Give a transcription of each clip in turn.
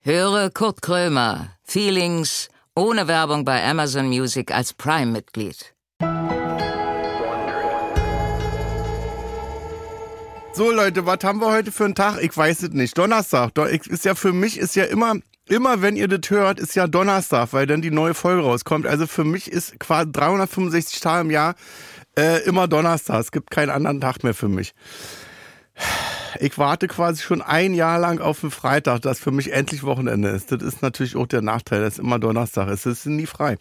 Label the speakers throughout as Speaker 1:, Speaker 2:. Speaker 1: Höre Kurt Krömer, Feelings, ohne Werbung bei Amazon Music als Prime-Mitglied.
Speaker 2: So Leute, was haben wir heute für einen Tag? Ich weiß es nicht. Donnerstag. Do- ich- Ist ja für mich ist ja immer immer wenn ihr das hört, ist ja Donnerstag, weil dann die neue Folge rauskommt. Also für mich ist quasi 365 Tage im Jahr äh, immer Donnerstag. Es gibt keinen anderen Tag mehr für mich. Ich warte quasi schon ein Jahr lang auf den Freitag, dass für mich endlich Wochenende ist. Das ist natürlich auch der Nachteil, dass immer Donnerstag ist. Es ist nie frei.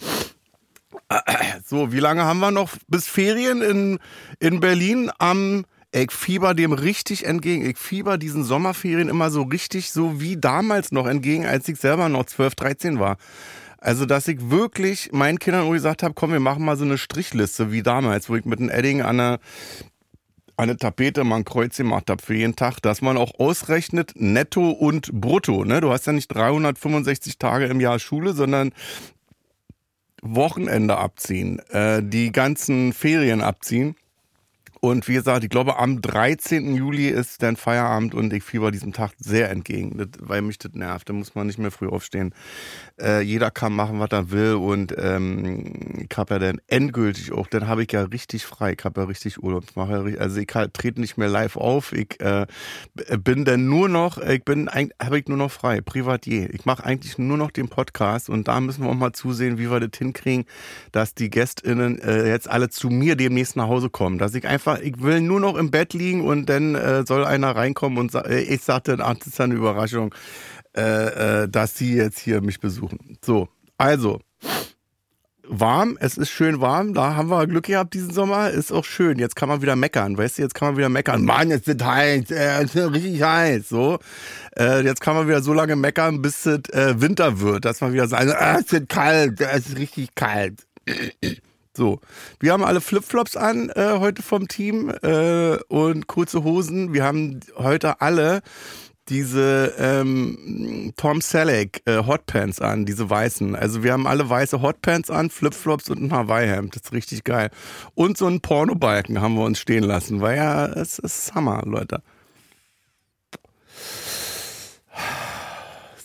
Speaker 2: So, wie lange haben wir noch bis Ferien in, in Berlin am ich fieber dem richtig entgegen. Ich fieber diesen Sommerferien immer so richtig, so wie damals noch entgegen, als ich selber noch 12, 13 war. Also, dass ich wirklich meinen Kindern nur gesagt habe, komm, wir machen mal so eine Strichliste wie damals, wo ich mit einem Edding an eine, an eine Tapete mal ein Kreuz gemacht habe für jeden Tag, dass man auch ausrechnet netto und brutto. Ne? Du hast ja nicht 365 Tage im Jahr Schule, sondern Wochenende abziehen, äh, die ganzen Ferien abziehen. Und wie gesagt, ich glaube, am 13. Juli ist dann Feierabend und ich fieber diesem Tag sehr entgegen, das, weil mich das nervt. Da muss man nicht mehr früh aufstehen. Äh, jeder kann machen, was er will und ähm, ich habe ja dann endgültig auch, dann habe ich ja richtig frei, ich habe ja richtig Urlaub. Ich mache ja, richtig- also ich kann- trete nicht mehr live auf, ich äh, b- bin dann nur noch, äh, ich bin habe ich nur noch frei, Privatier. Ich mache eigentlich nur noch den Podcast und da müssen wir auch mal zusehen, wie wir das hinkriegen, dass die GästInnen äh, jetzt alle zu mir demnächst nach Hause kommen. Dass ich einfach, ich will nur noch im Bett liegen und dann äh, soll einer reinkommen und sa- äh, ich sagte, ach, das ist ja eine Überraschung, äh, äh, dass sie jetzt hier mich besuchen. So, also. Warm, es ist schön warm, da haben wir Glück gehabt diesen Sommer, ist auch schön. Jetzt kann man wieder meckern, weißt du, jetzt kann man wieder meckern. Mann, jetzt wird heiß, äh, es wird richtig heiß, so. Äh, jetzt kann man wieder so lange meckern, bis es äh, Winter wird, dass man wieder sagt, äh, es wird kalt, äh, es ist richtig kalt. So, wir haben alle Flipflops an äh, heute vom Team äh, und kurze Hosen. Wir haben heute alle diese ähm, Tom Selleck äh, Hotpants an, diese weißen. Also wir haben alle weiße Hotpants an, Flipflops und ein Hawaii-Hemd. Das ist richtig geil. Und so einen Pornobalken haben wir uns stehen lassen, weil ja, es ist Hammer, Leute.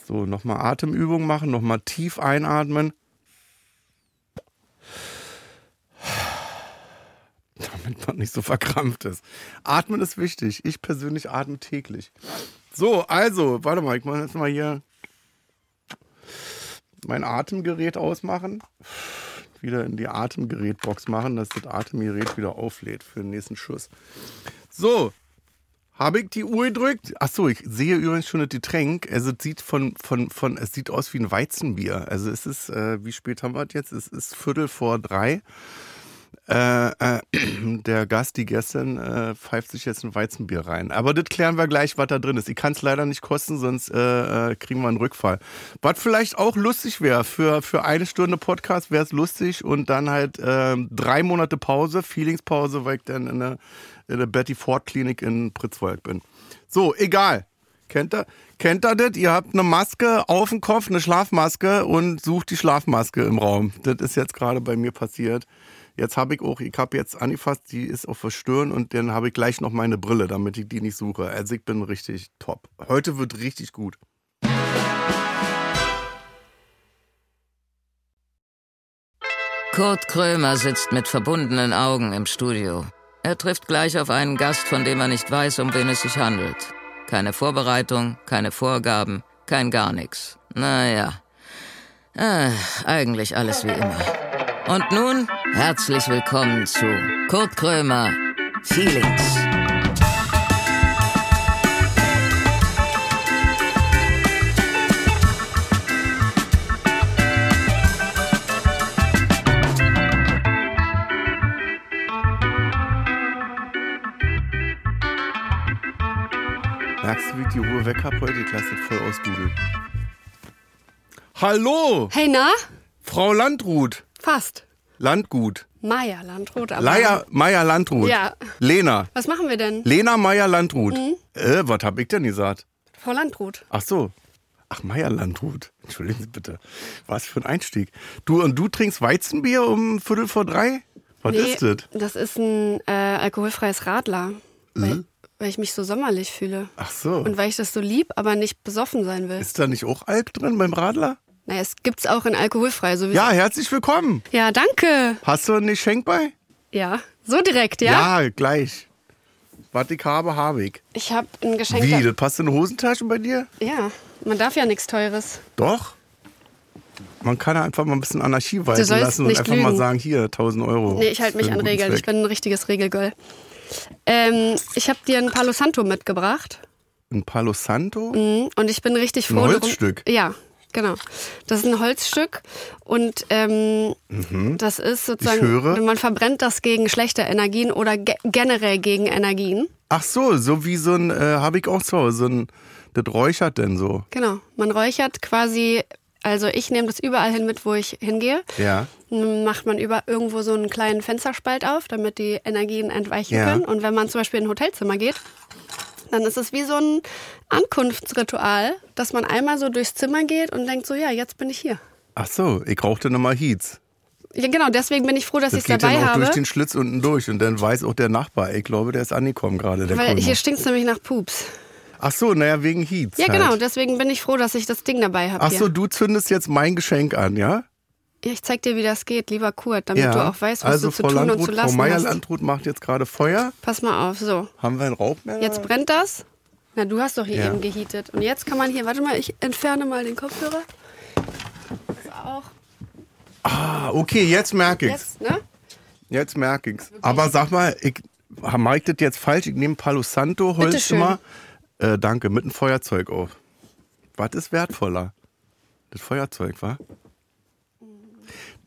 Speaker 2: So, nochmal Atemübung machen, nochmal tief einatmen. damit man nicht so verkrampft ist. Atmen ist wichtig. Ich persönlich atme täglich. So, also, warte mal, ich muss jetzt mal hier mein Atemgerät ausmachen. Wieder in die Atemgerätbox machen, dass das Atemgerät wieder auflädt für den nächsten Schuss. So, habe ich die Uhr gedrückt? Ach so, ich sehe übrigens schon das Getränk. Also es sieht von, von, von, es sieht aus wie ein Weizenbier. Also es ist, äh, wie spät haben wir es jetzt? Es ist Viertel vor drei. Äh, äh, der Gast, die gestern, äh, pfeift sich jetzt ein Weizenbier rein. Aber das klären wir gleich, was da drin ist. Ich kann es leider nicht kosten, sonst äh, äh, kriegen wir einen Rückfall. Was vielleicht auch lustig wäre, für, für eine Stunde Podcast wäre es lustig und dann halt äh, drei Monate Pause, Feelingspause, weil ich dann in der, in der Betty Ford Klinik in Pritzwalk bin. So, egal. Kennt ihr, kennt ihr das? Ihr habt eine Maske auf dem Kopf, eine Schlafmaske und sucht die Schlafmaske im Raum. Das ist jetzt gerade bei mir passiert. Jetzt habe ich auch, ich habe jetzt angefasst, die ist auf der Stirn und dann habe ich gleich noch meine Brille, damit ich die nicht suche. Also ich bin richtig top. Heute wird richtig gut.
Speaker 1: Kurt Krömer sitzt mit verbundenen Augen im Studio. Er trifft gleich auf einen Gast, von dem er nicht weiß, um wen es sich handelt. Keine Vorbereitung, keine Vorgaben, kein gar nichts. Naja, äh, eigentlich alles wie immer. Und nun herzlich willkommen zu Kurt Krömer, Feelings.
Speaker 2: Merkst du, wie ich die Ruhe weg habe heute? Ich lasse das voll ausdudeln. Hallo,
Speaker 3: Hey, na?
Speaker 2: Frau Landrut.
Speaker 3: Fast.
Speaker 2: Landgut.
Speaker 3: Maya Landrut. aber-
Speaker 2: Leier, Meier Landrut.
Speaker 3: Ja. Mhm.
Speaker 2: Lena.
Speaker 3: Was machen wir denn?
Speaker 2: Lena Meier Landrut. Äh, was habe ich denn gesagt?
Speaker 3: Frau Landrut.
Speaker 2: Ach so. Ach, Meier Landrut. Entschuldigen Sie bitte. Was für ein Einstieg. Du und du trinkst Weizenbier um Viertel vor drei? Was ist das? Mhm.
Speaker 3: das ist ein äh, alkoholfreies Radler. Weil- weil ich mich so sommerlich fühle.
Speaker 2: Ach so.
Speaker 3: Und weil ich das so lieb, aber nicht besoffen sein will.
Speaker 2: Ist da nicht auch Alk drin beim Radler?
Speaker 3: Naja, es gibt's auch in alkoholfrei sowieso.
Speaker 2: Ja, herzlich willkommen.
Speaker 3: Ja, danke.
Speaker 2: Hast du einen Geschenk bei?
Speaker 3: Ja, so direkt, ja?
Speaker 2: gleich. Was ich habe, habe ich.
Speaker 3: Ich habe ein Geschenk.
Speaker 2: Wie, das passt in eine Hosentasche bei dir?
Speaker 3: Da. Ja, man darf ja nichts Teures.
Speaker 2: Doch. Man kann einfach mal ein bisschen Anarchie walten
Speaker 3: sollst
Speaker 2: lassen und
Speaker 3: nicht
Speaker 2: einfach mal
Speaker 3: lügen.
Speaker 2: sagen, hier, 1000 Euro.
Speaker 3: Nee, ich halte mich
Speaker 2: Für einen
Speaker 3: an
Speaker 2: Oh, guten
Speaker 3: Regeln. Ich
Speaker 2: Zweck.
Speaker 3: bin ein richtiges Regelgirl. Ähm, ich habe dir ein Palo Santo mitgebracht.
Speaker 2: Ein Palo Santo?
Speaker 3: Mhm, Und ich bin richtig froh. darum-
Speaker 2: Holzstück?
Speaker 3: Ja, genau. Das ist ein Holzstück und ähm, das ist sozusagen,
Speaker 2: Mhm. höre.
Speaker 3: man verbrennt das gegen schlechte Energien oder ge generell gegen Energien.
Speaker 2: Ach so, so wie so ein, äh, habe ich auch zu Hause, so ein, das räuchert denn so.
Speaker 3: Genau. Man räuchert quasi, also ich nehme das überall hin mit, wo ich hingehe.
Speaker 2: Ja.
Speaker 3: Dann macht man über irgendwo so einen kleinen Fensterspalt auf, damit die Energien entweichen
Speaker 2: Ja.
Speaker 3: können. Und wenn man zum Beispiel in ein Hotelzimmer geht, dann ist es wie so ein Ankunftsritual, dass man einmal so durchs Zimmer geht und denkt so, ja, jetzt bin ich hier.
Speaker 2: Ach so, ich rauchte nochmal Heats.
Speaker 3: Ja, genau, deswegen bin ich froh, dass ich
Speaker 2: Das
Speaker 3: es
Speaker 2: geht dann
Speaker 3: dabei
Speaker 2: auch durch
Speaker 3: habe.
Speaker 2: den Schlitz unten durch und dann weiß auch der Nachbar, ich glaube, der ist angekommen gerade, der
Speaker 3: Weil
Speaker 2: Kunde.
Speaker 3: hier stinkt es nämlich nach Pups.
Speaker 2: Ach so, naja, wegen Heats
Speaker 3: Ja,
Speaker 2: halt.
Speaker 3: genau, deswegen bin ich froh, dass ich das Ding dabei habe.
Speaker 2: Ach so,
Speaker 3: hier.
Speaker 2: du zündest jetzt mein Geschenk an, ja?
Speaker 3: Ja, Ich zeig dir, wie das geht, lieber Kurt, damit
Speaker 2: ja.
Speaker 3: du auch weißt, was
Speaker 2: also
Speaker 3: du zu
Speaker 2: Frau
Speaker 3: tun
Speaker 2: Landrut,
Speaker 3: und zu lassen
Speaker 2: Frau Meier
Speaker 3: hast.
Speaker 2: Landrut macht jetzt gerade Feuer.
Speaker 3: Pass mal auf, so.
Speaker 2: Haben wir einen Rauchmelder?
Speaker 3: Jetzt brennt das. Na, du hast doch hier
Speaker 2: Ja.
Speaker 3: eben gehietet. Und jetzt kann man hier, warte mal, ich entferne mal den Kopfhörer. Das auch.
Speaker 2: ah, okay, jetzt merke ich's. Jetzt,
Speaker 3: Jetzt, ne?
Speaker 2: merke ich's. Aber sag mal, ich mache ich das jetzt falsch? Ich nehme Palo Santo, Holzschimmer. Äh, danke, mit einem Feuerzeug auf. Was ist wertvoller? Das Feuerzeug, wa?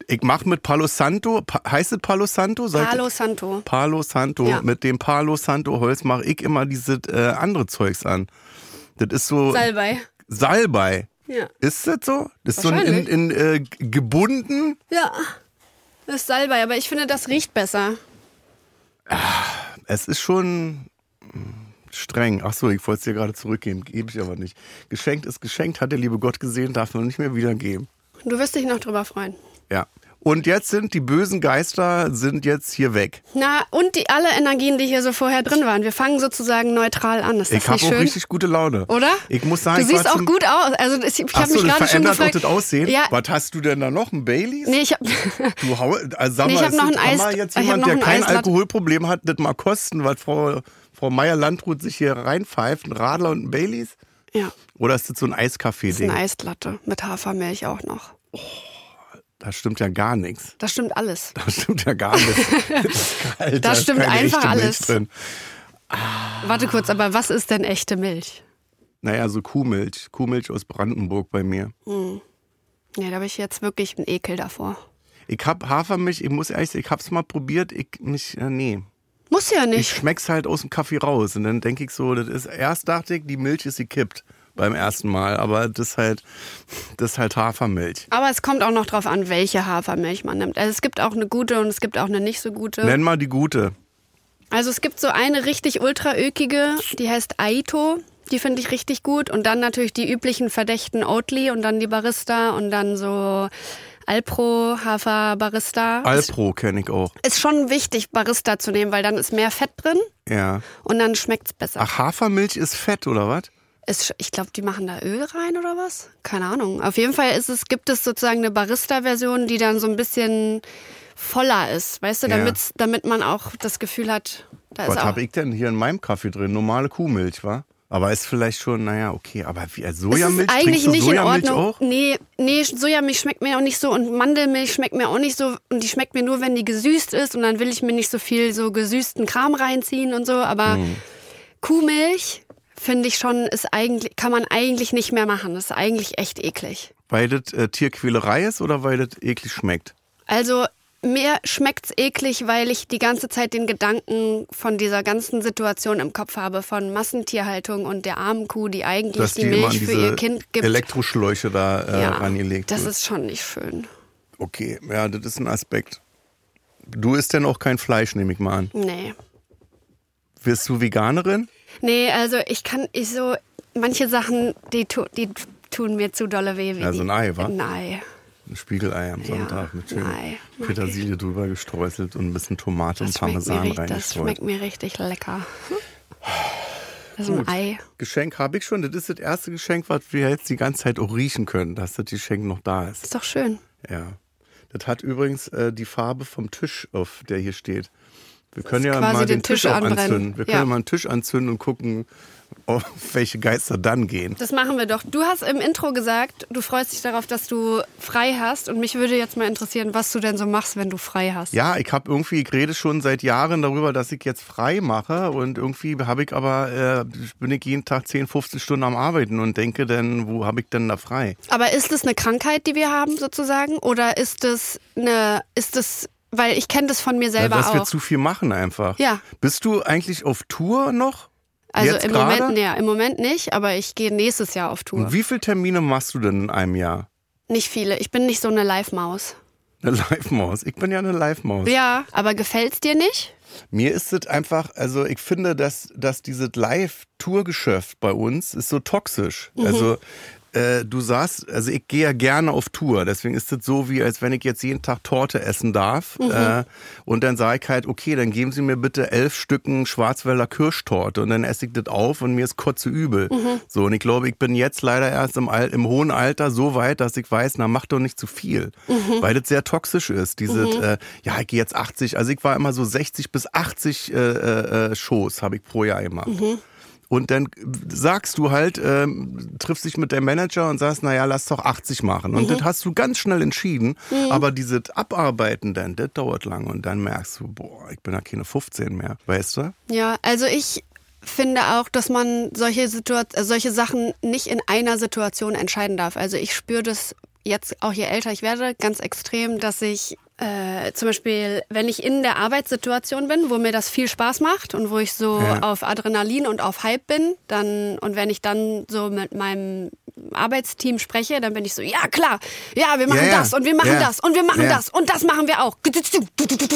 Speaker 2: Ich mache mit Palo Santo, pa heißt es Palo Santo? Sagt-
Speaker 3: Palo Santo.
Speaker 2: Palo Santo.
Speaker 3: Ja.
Speaker 2: Mit dem Palo Santo Holz mache ich immer dieses äh, andere Zeugs an. Das ist so
Speaker 3: Salbei.
Speaker 2: Salbei.
Speaker 3: Ja.
Speaker 2: Ist das so? Das ist so ein in,
Speaker 3: Wahrscheinlich.
Speaker 2: in, äh, g- gebunden.
Speaker 3: Ja. Das ist Salbei, aber ich finde, das riecht besser.
Speaker 2: Es ist schon mm, streng. Ach so, ich wollte es dir gerade zurückgeben, gebe ich aber nicht. Geschenkt ist geschenkt, hat der liebe Gott gesehen, darf man nicht mehr wiedergeben.
Speaker 3: Du wirst dich noch drüber freuen.
Speaker 2: Ja. Und jetzt sind die bösen Geister sind jetzt hier weg.
Speaker 3: Na, und die, alle Energien, die hier so vorher drin waren. Wir fangen sozusagen neutral an. Ist das
Speaker 2: ich habe
Speaker 3: nicht
Speaker 2: auch
Speaker 3: schön?
Speaker 2: richtig gute Laune.
Speaker 3: Oder?
Speaker 2: Ich muss sagen,
Speaker 3: du
Speaker 2: ich
Speaker 3: siehst
Speaker 2: war
Speaker 3: auch
Speaker 2: zum-
Speaker 3: gut aus. Also ich, ich
Speaker 2: Ach
Speaker 3: habe
Speaker 2: so,
Speaker 3: mich
Speaker 2: das
Speaker 3: gerade schon
Speaker 2: verändert auch
Speaker 3: gefragt.
Speaker 2: das Aussehen.
Speaker 3: Ja,
Speaker 2: Was hast du denn da noch? Ein Baileys?
Speaker 3: nee, ich habe
Speaker 2: Du hau, also sag
Speaker 3: Nee, ich
Speaker 2: mal,
Speaker 3: hab
Speaker 2: ist das- kann
Speaker 3: noch ein
Speaker 2: mal
Speaker 3: Eis-
Speaker 2: jetzt
Speaker 3: ich hab
Speaker 2: jemand,
Speaker 3: noch
Speaker 2: der
Speaker 3: ein
Speaker 2: kein
Speaker 3: Eislat-
Speaker 2: Alkoholproblem hat, das mal kosten, was Frau, Frau Meier-Landrut sich hier reinpfeift, ein Radler und ein Baileys?
Speaker 3: ja,
Speaker 2: Oder ist das so ein
Speaker 3: das ist
Speaker 2: Eiskaffee-Ding?
Speaker 3: eine Eisplatte mit Hafermilch auch noch.
Speaker 2: Da stimmt ja gar nichts.
Speaker 3: Das stimmt alles.
Speaker 2: Da stimmt ja gar nichts. Das ist kalt,
Speaker 3: Da
Speaker 2: ist
Speaker 3: stimmt
Speaker 2: keine
Speaker 3: einfach
Speaker 2: echte Milch
Speaker 3: alles.
Speaker 2: Drin. Ah.
Speaker 3: Warte kurz, aber was ist denn echte Milch?
Speaker 2: Naja, so Kuhmilch. Kuhmilch aus Brandenburg bei mir.
Speaker 3: Ja, da habe ich jetzt wirklich einen Ekel davor.
Speaker 2: Ich hab Hafermilch, ich muss ehrlich sagen, ich hab's mal probiert, ich mich, äh, nee.
Speaker 3: Muss ja
Speaker 2: Ich
Speaker 3: nicht.
Speaker 2: schmeck's halt aus dem Kaffee raus. Und dann denke ich so, das ist, erst dachte ich, die Milch ist gekippt beim ersten Mal. Aber das ist halt, das ist halt Hafermilch.
Speaker 3: Aber es kommt auch noch drauf an, welche Hafermilch man nimmt. Also es gibt auch eine gute und es gibt auch eine nicht so gute.
Speaker 2: Nenn mal die gute.
Speaker 3: Also es gibt so eine richtig ultra ökige, die heißt Aito. Die finde ich richtig gut. Und dann natürlich die üblichen Verdächten Oatly und dann die Barista und dann so Alpro, Hafer, Barista. ist,
Speaker 2: Alpro kenne ich auch.
Speaker 3: ist schon wichtig, Barista zu nehmen, weil dann ist mehr Fett drin
Speaker 2: Ja.
Speaker 3: und dann schmeckt es besser.
Speaker 2: Ach, Hafermilch ist fett, oder was?
Speaker 3: Ist, sch- ich glaube, die machen da Öl rein oder was? Keine Ahnung. Auf jeden Fall ist es, gibt es sozusagen eine Barista-Version, die dann so ein bisschen voller ist, weißt du,
Speaker 2: Ja.
Speaker 3: damit, damit man auch das Gefühl hat, da ist
Speaker 2: Was
Speaker 3: auch.
Speaker 2: habe ich denn hier in meinem Kaffee drin? Normale Kuhmilch, wa? Aber ist vielleicht schon, naja, okay. Aber wie, äh,
Speaker 3: Es
Speaker 2: Sojamilch,
Speaker 3: ist eigentlich
Speaker 2: trinkst du
Speaker 3: nicht in
Speaker 2: Sojamilch
Speaker 3: Ordnung.
Speaker 2: auch?
Speaker 3: Nee, nee, Sojamilch schmeckt mir auch nicht so und Mandelmilch schmeckt mir auch nicht so und die schmeckt mir nur, wenn die gesüßt ist und dann will ich mir nicht so viel so gesüßten Kram reinziehen und so, aber
Speaker 2: Hm.
Speaker 3: Kuhmilch finde ich schon ist eigentlich kann man eigentlich nicht mehr machen. Das ist eigentlich echt eklig.
Speaker 2: Weil das äh, Tierquälerei ist oder weil das eklig schmeckt?
Speaker 3: Also mir schmeckt's eklig, weil ich die ganze Zeit den Gedanken von dieser ganzen Situation im Kopf habe, von Massentierhaltung und der armen Kuh, die eigentlich
Speaker 2: Dass
Speaker 3: die,
Speaker 2: die immer an
Speaker 3: Milch für
Speaker 2: diese
Speaker 3: ihr Kind gibt.
Speaker 2: Elektroschläuche da äh,
Speaker 3: ja,
Speaker 2: rangelegt
Speaker 3: das
Speaker 2: wird.
Speaker 3: ist schon nicht schön.
Speaker 2: Okay, ja, das ist ein Aspekt. Du isst denn auch kein Fleisch, nehme ich mal an.
Speaker 3: Nee.
Speaker 2: Wirst du Veganerin?
Speaker 3: Nee, also ich kann, ich so, manche Sachen, die, tu, die tun mir zu dolle weh. Wie
Speaker 2: Also ein Ei, wa?
Speaker 3: Nein.
Speaker 2: Ein Spiegelei am Sonntag mit schön
Speaker 3: nein, mag
Speaker 2: Petersilie drüber gestreuselt und ein bisschen Tomate
Speaker 3: Das
Speaker 2: und
Speaker 3: schmeckt, mir,
Speaker 2: Parmesan
Speaker 3: richtig- das schmeckt
Speaker 2: reingestreut.
Speaker 3: mir richtig lecker. Also ein Ei.
Speaker 2: Geschenk habe ich schon. Das ist das erste Geschenk, was wir jetzt die ganze Zeit auch riechen können, dass das Geschenk noch da ist.
Speaker 3: Ist doch schön.
Speaker 2: Ja. Das hat übrigens äh, die Farbe vom Tisch, auf der hier steht. Wir können
Speaker 3: ist
Speaker 2: ja
Speaker 3: quasi
Speaker 2: mal den,
Speaker 3: den
Speaker 2: Tisch,
Speaker 3: Tisch
Speaker 2: auch
Speaker 3: anbrennen.
Speaker 2: anzünden. Wir
Speaker 3: Ja.
Speaker 2: können ja mal einen Tisch anzünden und gucken, auf welche Geister dann gehen.
Speaker 3: Das machen wir doch. Du hast im Intro gesagt, du freust dich darauf, dass du frei hast. Und mich würde jetzt mal interessieren, was du denn so machst, wenn du frei hast.
Speaker 2: Ja, ich habe irgendwie, ich rede schon seit Jahren darüber, dass ich jetzt frei mache und irgendwie habe ich aber, äh, bin ich jeden Tag 10, 15 Stunden am Arbeiten und denke dann, wo habe ich denn da frei?
Speaker 3: Aber ist das eine Krankheit, die wir haben sozusagen? Oder ist das eine, ist das, weil ich kenne das von mir
Speaker 2: Ja,
Speaker 3: selber
Speaker 2: dass wir
Speaker 3: auch.
Speaker 2: zu viel machen einfach.
Speaker 3: Ja.
Speaker 2: Bist du eigentlich auf Tour noch?
Speaker 3: Also
Speaker 2: Jetzt
Speaker 3: im
Speaker 2: gerade?
Speaker 3: Moment, nee, im Moment nicht, aber ich gehe nächstes Jahr auf Tour.
Speaker 2: Und wie viele Termine machst du denn in einem Jahr?
Speaker 3: Nicht viele. Ich bin nicht so eine Live-Maus.
Speaker 2: Eine Live-Maus. Ich bin ja eine Live-Maus.
Speaker 3: Ja, aber gefällt's dir nicht?
Speaker 2: Mir ist es einfach, also ich finde, dass, dass dieses Live-Tour-Geschäft bei uns ist so toxisch.
Speaker 3: Mhm.
Speaker 2: Also äh, du sagst, also ich gehe ja gerne auf Tour, deswegen ist es so wie, als wenn ich jetzt jeden Tag Torte essen darf.
Speaker 3: Mhm.
Speaker 2: Äh, und dann sage ich halt, okay, dann geben Sie mir bitte elf Stücken Schwarzwälder Kirschtorte und dann esse ich das auf und mir ist kotze übel. So, und ich glaube, ich bin jetzt leider erst im, Al im hohen Alter so weit, dass ich weiß, na mach doch nicht zu viel, weil das sehr toxisch ist. Diese, äh, ja, ich gehe jetzt 80, also ich war immer so 60 bis 80 äh, äh, äh, Shows habe ich pro Jahr gemacht. Und dann sagst du halt, ähm, triffst dich mit deinem Manager und sagst, naja, lass doch 80 machen. Und das hast du ganz schnell entschieden. Aber dieses Abarbeiten dann, das dauert lange. Und dann merkst du, boah, ich bin ja keine 15 mehr. Weißt du?
Speaker 3: Ja, also ich finde auch, dass man solche, Situa- äh, solche Sachen nicht in einer Situation entscheiden darf. Also ich spüre das jetzt auch je älter ich werde, ganz extrem, dass ich äh, zum Beispiel, wenn ich in der Arbeitssituation bin, wo mir das viel Spaß macht und wo ich so
Speaker 2: Ja.
Speaker 3: auf Adrenalin und auf Hype bin, dann und wenn ich dann so mit meinem Arbeitsteam spreche, dann bin ich so, ja klar, ja, wir machen
Speaker 2: Ja, ja.
Speaker 3: das und wir machen
Speaker 2: Ja.
Speaker 3: das und wir machen
Speaker 2: Ja.
Speaker 3: das und das machen wir auch.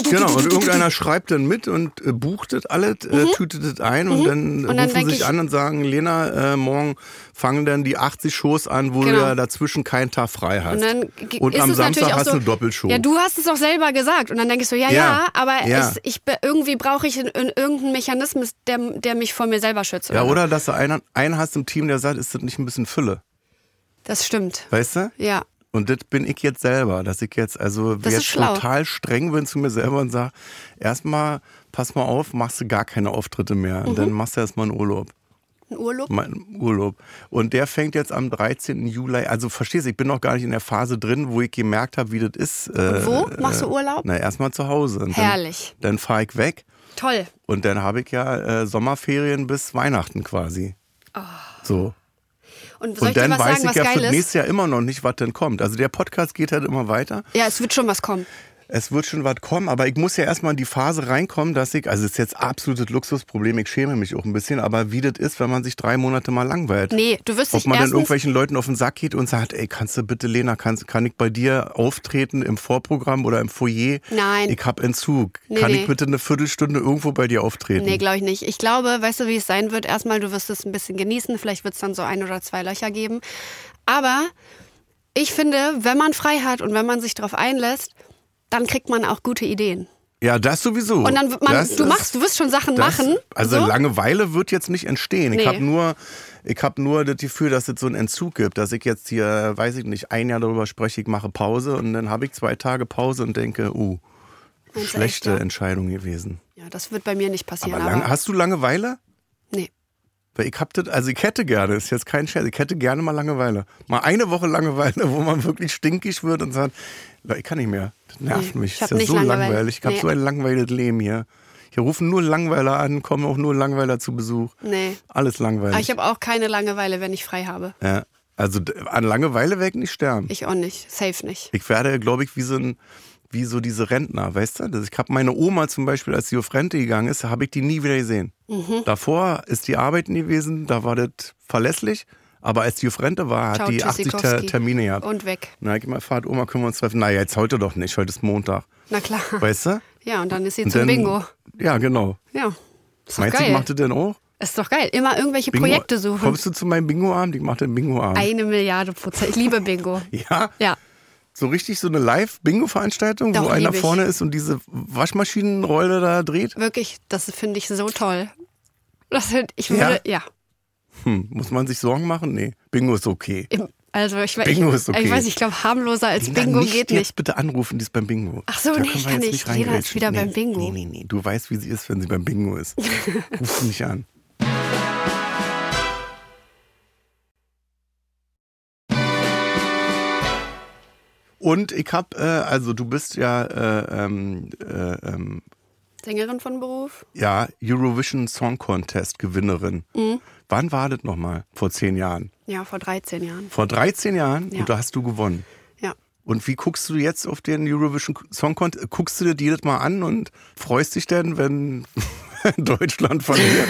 Speaker 2: Genau. Und irgendeiner schreibt dann mit und äh, bucht das alles, äh, tütet das ein. Und dann,
Speaker 3: Mhm. Und dann
Speaker 2: rufen
Speaker 3: denk
Speaker 2: sich
Speaker 3: ich-
Speaker 2: an und sagen, Lena, äh, morgen fangen dann die 80 Shows an, wo du
Speaker 3: Genau.
Speaker 2: ja dazwischen keinen Tag frei hast.
Speaker 3: Und, dann g-
Speaker 2: Und
Speaker 3: ist
Speaker 2: am
Speaker 3: es natürlich
Speaker 2: Samstag
Speaker 3: auch
Speaker 2: hast
Speaker 3: so,
Speaker 2: du eine Doppelshow.
Speaker 3: Ja, du hast es auch selber gesagt. Und dann denke ich so, ja, ja,
Speaker 2: Ja,
Speaker 3: aber
Speaker 2: ja.
Speaker 3: Es, ich, be- irgendwie brauche ich in, in irgendeinen Mechanismus, der, der mich vor mir selber schützt.
Speaker 2: ja, oder dass du einen, einen hast im Team, der sagt, ist das nicht ein bisschen Fülle?
Speaker 3: Das stimmt.
Speaker 2: Weißt du?
Speaker 3: Ja.
Speaker 2: Und das bin ich jetzt selber, dass ich jetzt also
Speaker 3: Das ist
Speaker 2: jetzt
Speaker 3: schlau.
Speaker 2: total streng bin zu mir selber und sage, erstmal pass mal auf, machst du gar keine Auftritte mehr.
Speaker 3: Mhm.
Speaker 2: Und dann machst du erstmal einen Urlaub.
Speaker 3: Ein Urlaub?
Speaker 2: Mein Urlaub. Und der fängt jetzt am 13. Juli. Also verstehst du, ich bin noch gar nicht in der Phase drin, wo ich gemerkt habe, wie das ist. äh,
Speaker 3: wo machst du
Speaker 2: äh,
Speaker 3: Urlaub?
Speaker 2: Na, erstmal zu Hause. Und
Speaker 3: Herrlich.
Speaker 2: Dann, dann fahre ich weg
Speaker 3: Toll.
Speaker 2: und dann habe ich ja äh, Sommerferien bis Weihnachten quasi. So.
Speaker 3: Und Oh.
Speaker 2: Und
Speaker 3: soll ich dir
Speaker 2: dann
Speaker 3: was
Speaker 2: weiß
Speaker 3: sagen,
Speaker 2: ich
Speaker 3: was
Speaker 2: ja
Speaker 3: geil
Speaker 2: für
Speaker 3: ist?
Speaker 2: nächstes Jahr immer noch nicht, was denn kommt. Also der Podcast geht halt immer weiter.
Speaker 3: Ja, es wird schon was kommen.
Speaker 2: Es wird schon was kommen, aber ich muss ja erstmal in die Phase reinkommen, dass ich, also es ist jetzt absolutes Luxusproblem, ich schäme mich auch ein bisschen, aber wie das ist, wenn man sich drei Monate mal langweilt.
Speaker 3: Nee, du wirst
Speaker 2: Ob
Speaker 3: dich
Speaker 2: man dann
Speaker 3: erstens...
Speaker 2: irgendwelchen Leuten auf den Sack geht und sagt, ey, kannst du bitte, Lena, kannst, kann ich bei dir auftreten im Vorprogramm oder im Foyer?
Speaker 3: Nein.
Speaker 2: Ich hab Entzug.
Speaker 3: Nee,
Speaker 2: kann ich
Speaker 3: nee.
Speaker 2: bitte eine Viertelstunde irgendwo bei dir auftreten?
Speaker 3: Nee, glaube ich nicht. Ich glaube, weißt du, wie es sein wird? Erstmal, du wirst es ein bisschen genießen. Vielleicht wird es dann so ein oder zwei Löcher geben. Aber ich finde, wenn man frei hat und wenn man sich darauf einlässt, dann kriegt man auch gute Ideen.
Speaker 2: ja, das sowieso.
Speaker 3: Und dann, wird man,
Speaker 2: Das
Speaker 3: du
Speaker 2: ist-
Speaker 3: machst, du wirst schon Sachen
Speaker 2: das-
Speaker 3: machen. ne?
Speaker 2: Also
Speaker 3: so.
Speaker 2: Langeweile wird jetzt nicht entstehen. Ich
Speaker 3: Nee.
Speaker 2: habe nur, ich habe nur das Gefühl, dass es so einen Entzug gibt, dass ich jetzt hier, weiß ich nicht, ein Jahr darüber spreche, ich mache Pause und dann habe ich zwei Tage Pause und denke, uh,
Speaker 3: Meinst du
Speaker 2: schlechte
Speaker 3: echt, ja?
Speaker 2: Entscheidung gewesen.
Speaker 3: Ja, das wird bei mir nicht passieren.
Speaker 2: Aber
Speaker 3: Aber
Speaker 2: lang, hast du Langeweile?
Speaker 3: nee.
Speaker 2: Weil ich hab das, also ich hätte gerne, ist jetzt kein Scherz, ich hätte gerne mal Langeweile. Mal eine Woche Langeweile, wo man wirklich stinkig wird und sagt, "Na, ich kann nicht mehr. Das nervt
Speaker 3: Nee,
Speaker 2: mich.
Speaker 3: ich
Speaker 2: Das ist ja
Speaker 3: hab nicht
Speaker 2: so
Speaker 3: Langeweile.
Speaker 2: langweilig. Ich habe
Speaker 3: Nee.
Speaker 2: so ein langweiliges Leben hier. Hier rufen nur Langweiler an, kommen auch nur Langweiler zu Besuch.
Speaker 3: Nee.
Speaker 2: Alles langweilig.
Speaker 3: Aber ich habe auch keine Langeweile, wenn ich frei habe.
Speaker 2: ja. Also d- an Langeweile werde ich nicht sterben.
Speaker 3: Ich auch nicht. Safe nicht.
Speaker 2: Ich werde, glaube ich, wie so ein wie so diese Rentner, weißt du? Das- Ich habe meine Oma zum Beispiel, als die auf Rente gegangen ist, habe ich die nie wieder gesehen.
Speaker 3: Mhm.
Speaker 2: Davor ist die arbeiten gewesen, da war das verlässlich, aber als die auf Rente war, hat
Speaker 3: Ciao,
Speaker 2: die 80 Ter
Speaker 3: Tschüssikowski.
Speaker 2: Termine gehabt.
Speaker 3: Und weg.
Speaker 2: Na, ich hab mal gefragt, Oma, können wir uns treffen? Naja, jetzt heute doch nicht, heute ist Montag,
Speaker 3: Na klar.
Speaker 2: weißt du?
Speaker 3: Ja, und dann ist sie
Speaker 2: Und
Speaker 3: zum
Speaker 2: dann-
Speaker 3: Bingo.
Speaker 2: Ja, genau.
Speaker 3: Ja. Ist doch
Speaker 2: Meinst du, ich
Speaker 3: geil.
Speaker 2: mache das denn auch?
Speaker 3: Ist doch geil. Immer irgendwelche Projekte suchen.
Speaker 2: Kommst du zu meinem Bingo-Abend? Ich mache den Bingo-Abend.
Speaker 3: Eine Milliarde Prozent. Ich liebe Bingo.
Speaker 2: Ja?
Speaker 3: Ja.
Speaker 2: So richtig so eine Live-Bingo-Veranstaltung,
Speaker 3: Doch,
Speaker 2: wo
Speaker 3: lieb
Speaker 2: einer
Speaker 3: ich.
Speaker 2: vorne ist und diese Waschmaschinenrolle da dreht?
Speaker 3: Wirklich, das finde ich so toll. Das, hätte- ich würde, ja.
Speaker 2: Hm, muss man sich Sorgen machen? Nee. Bingo ist okay.
Speaker 3: Im- Also ich, weiß-
Speaker 2: Bingo ist okay.
Speaker 3: ich weiß, ich glaube, harmloser als
Speaker 2: Na,
Speaker 3: Bingo geht
Speaker 2: jetzt
Speaker 3: nicht.
Speaker 2: bitte anrufen, die ist beim Bingo.
Speaker 3: Ach so,
Speaker 2: Da können
Speaker 3: nee, ich
Speaker 2: wir
Speaker 3: kann
Speaker 2: jetzt
Speaker 3: nicht. Lena ist
Speaker 2: reingrätschen.
Speaker 3: wieder beim Bingo.
Speaker 2: Nee, nee, nee. Du weißt, wie sie ist, wenn sie beim Bingo ist. Ruf sie nicht an. Und ich hab, äh, also du bist ja, äh, ähm, äh, ähm,
Speaker 3: Sängerin von Beruf?
Speaker 2: ja, Eurovision Song Contest Gewinnerin.
Speaker 3: Mhm.
Speaker 2: Wann war das nochmal? Vor zehn Jahren.
Speaker 3: Ja, vor 13 Jahren.
Speaker 2: Vor 13 Jahren
Speaker 3: Ja.
Speaker 2: und da hast du gewonnen.
Speaker 3: Ja.
Speaker 2: Und wie guckst du jetzt auf den Eurovision Song Contest? Guckst du dir die das mal an und freust dich denn, wenn Deutschland verliert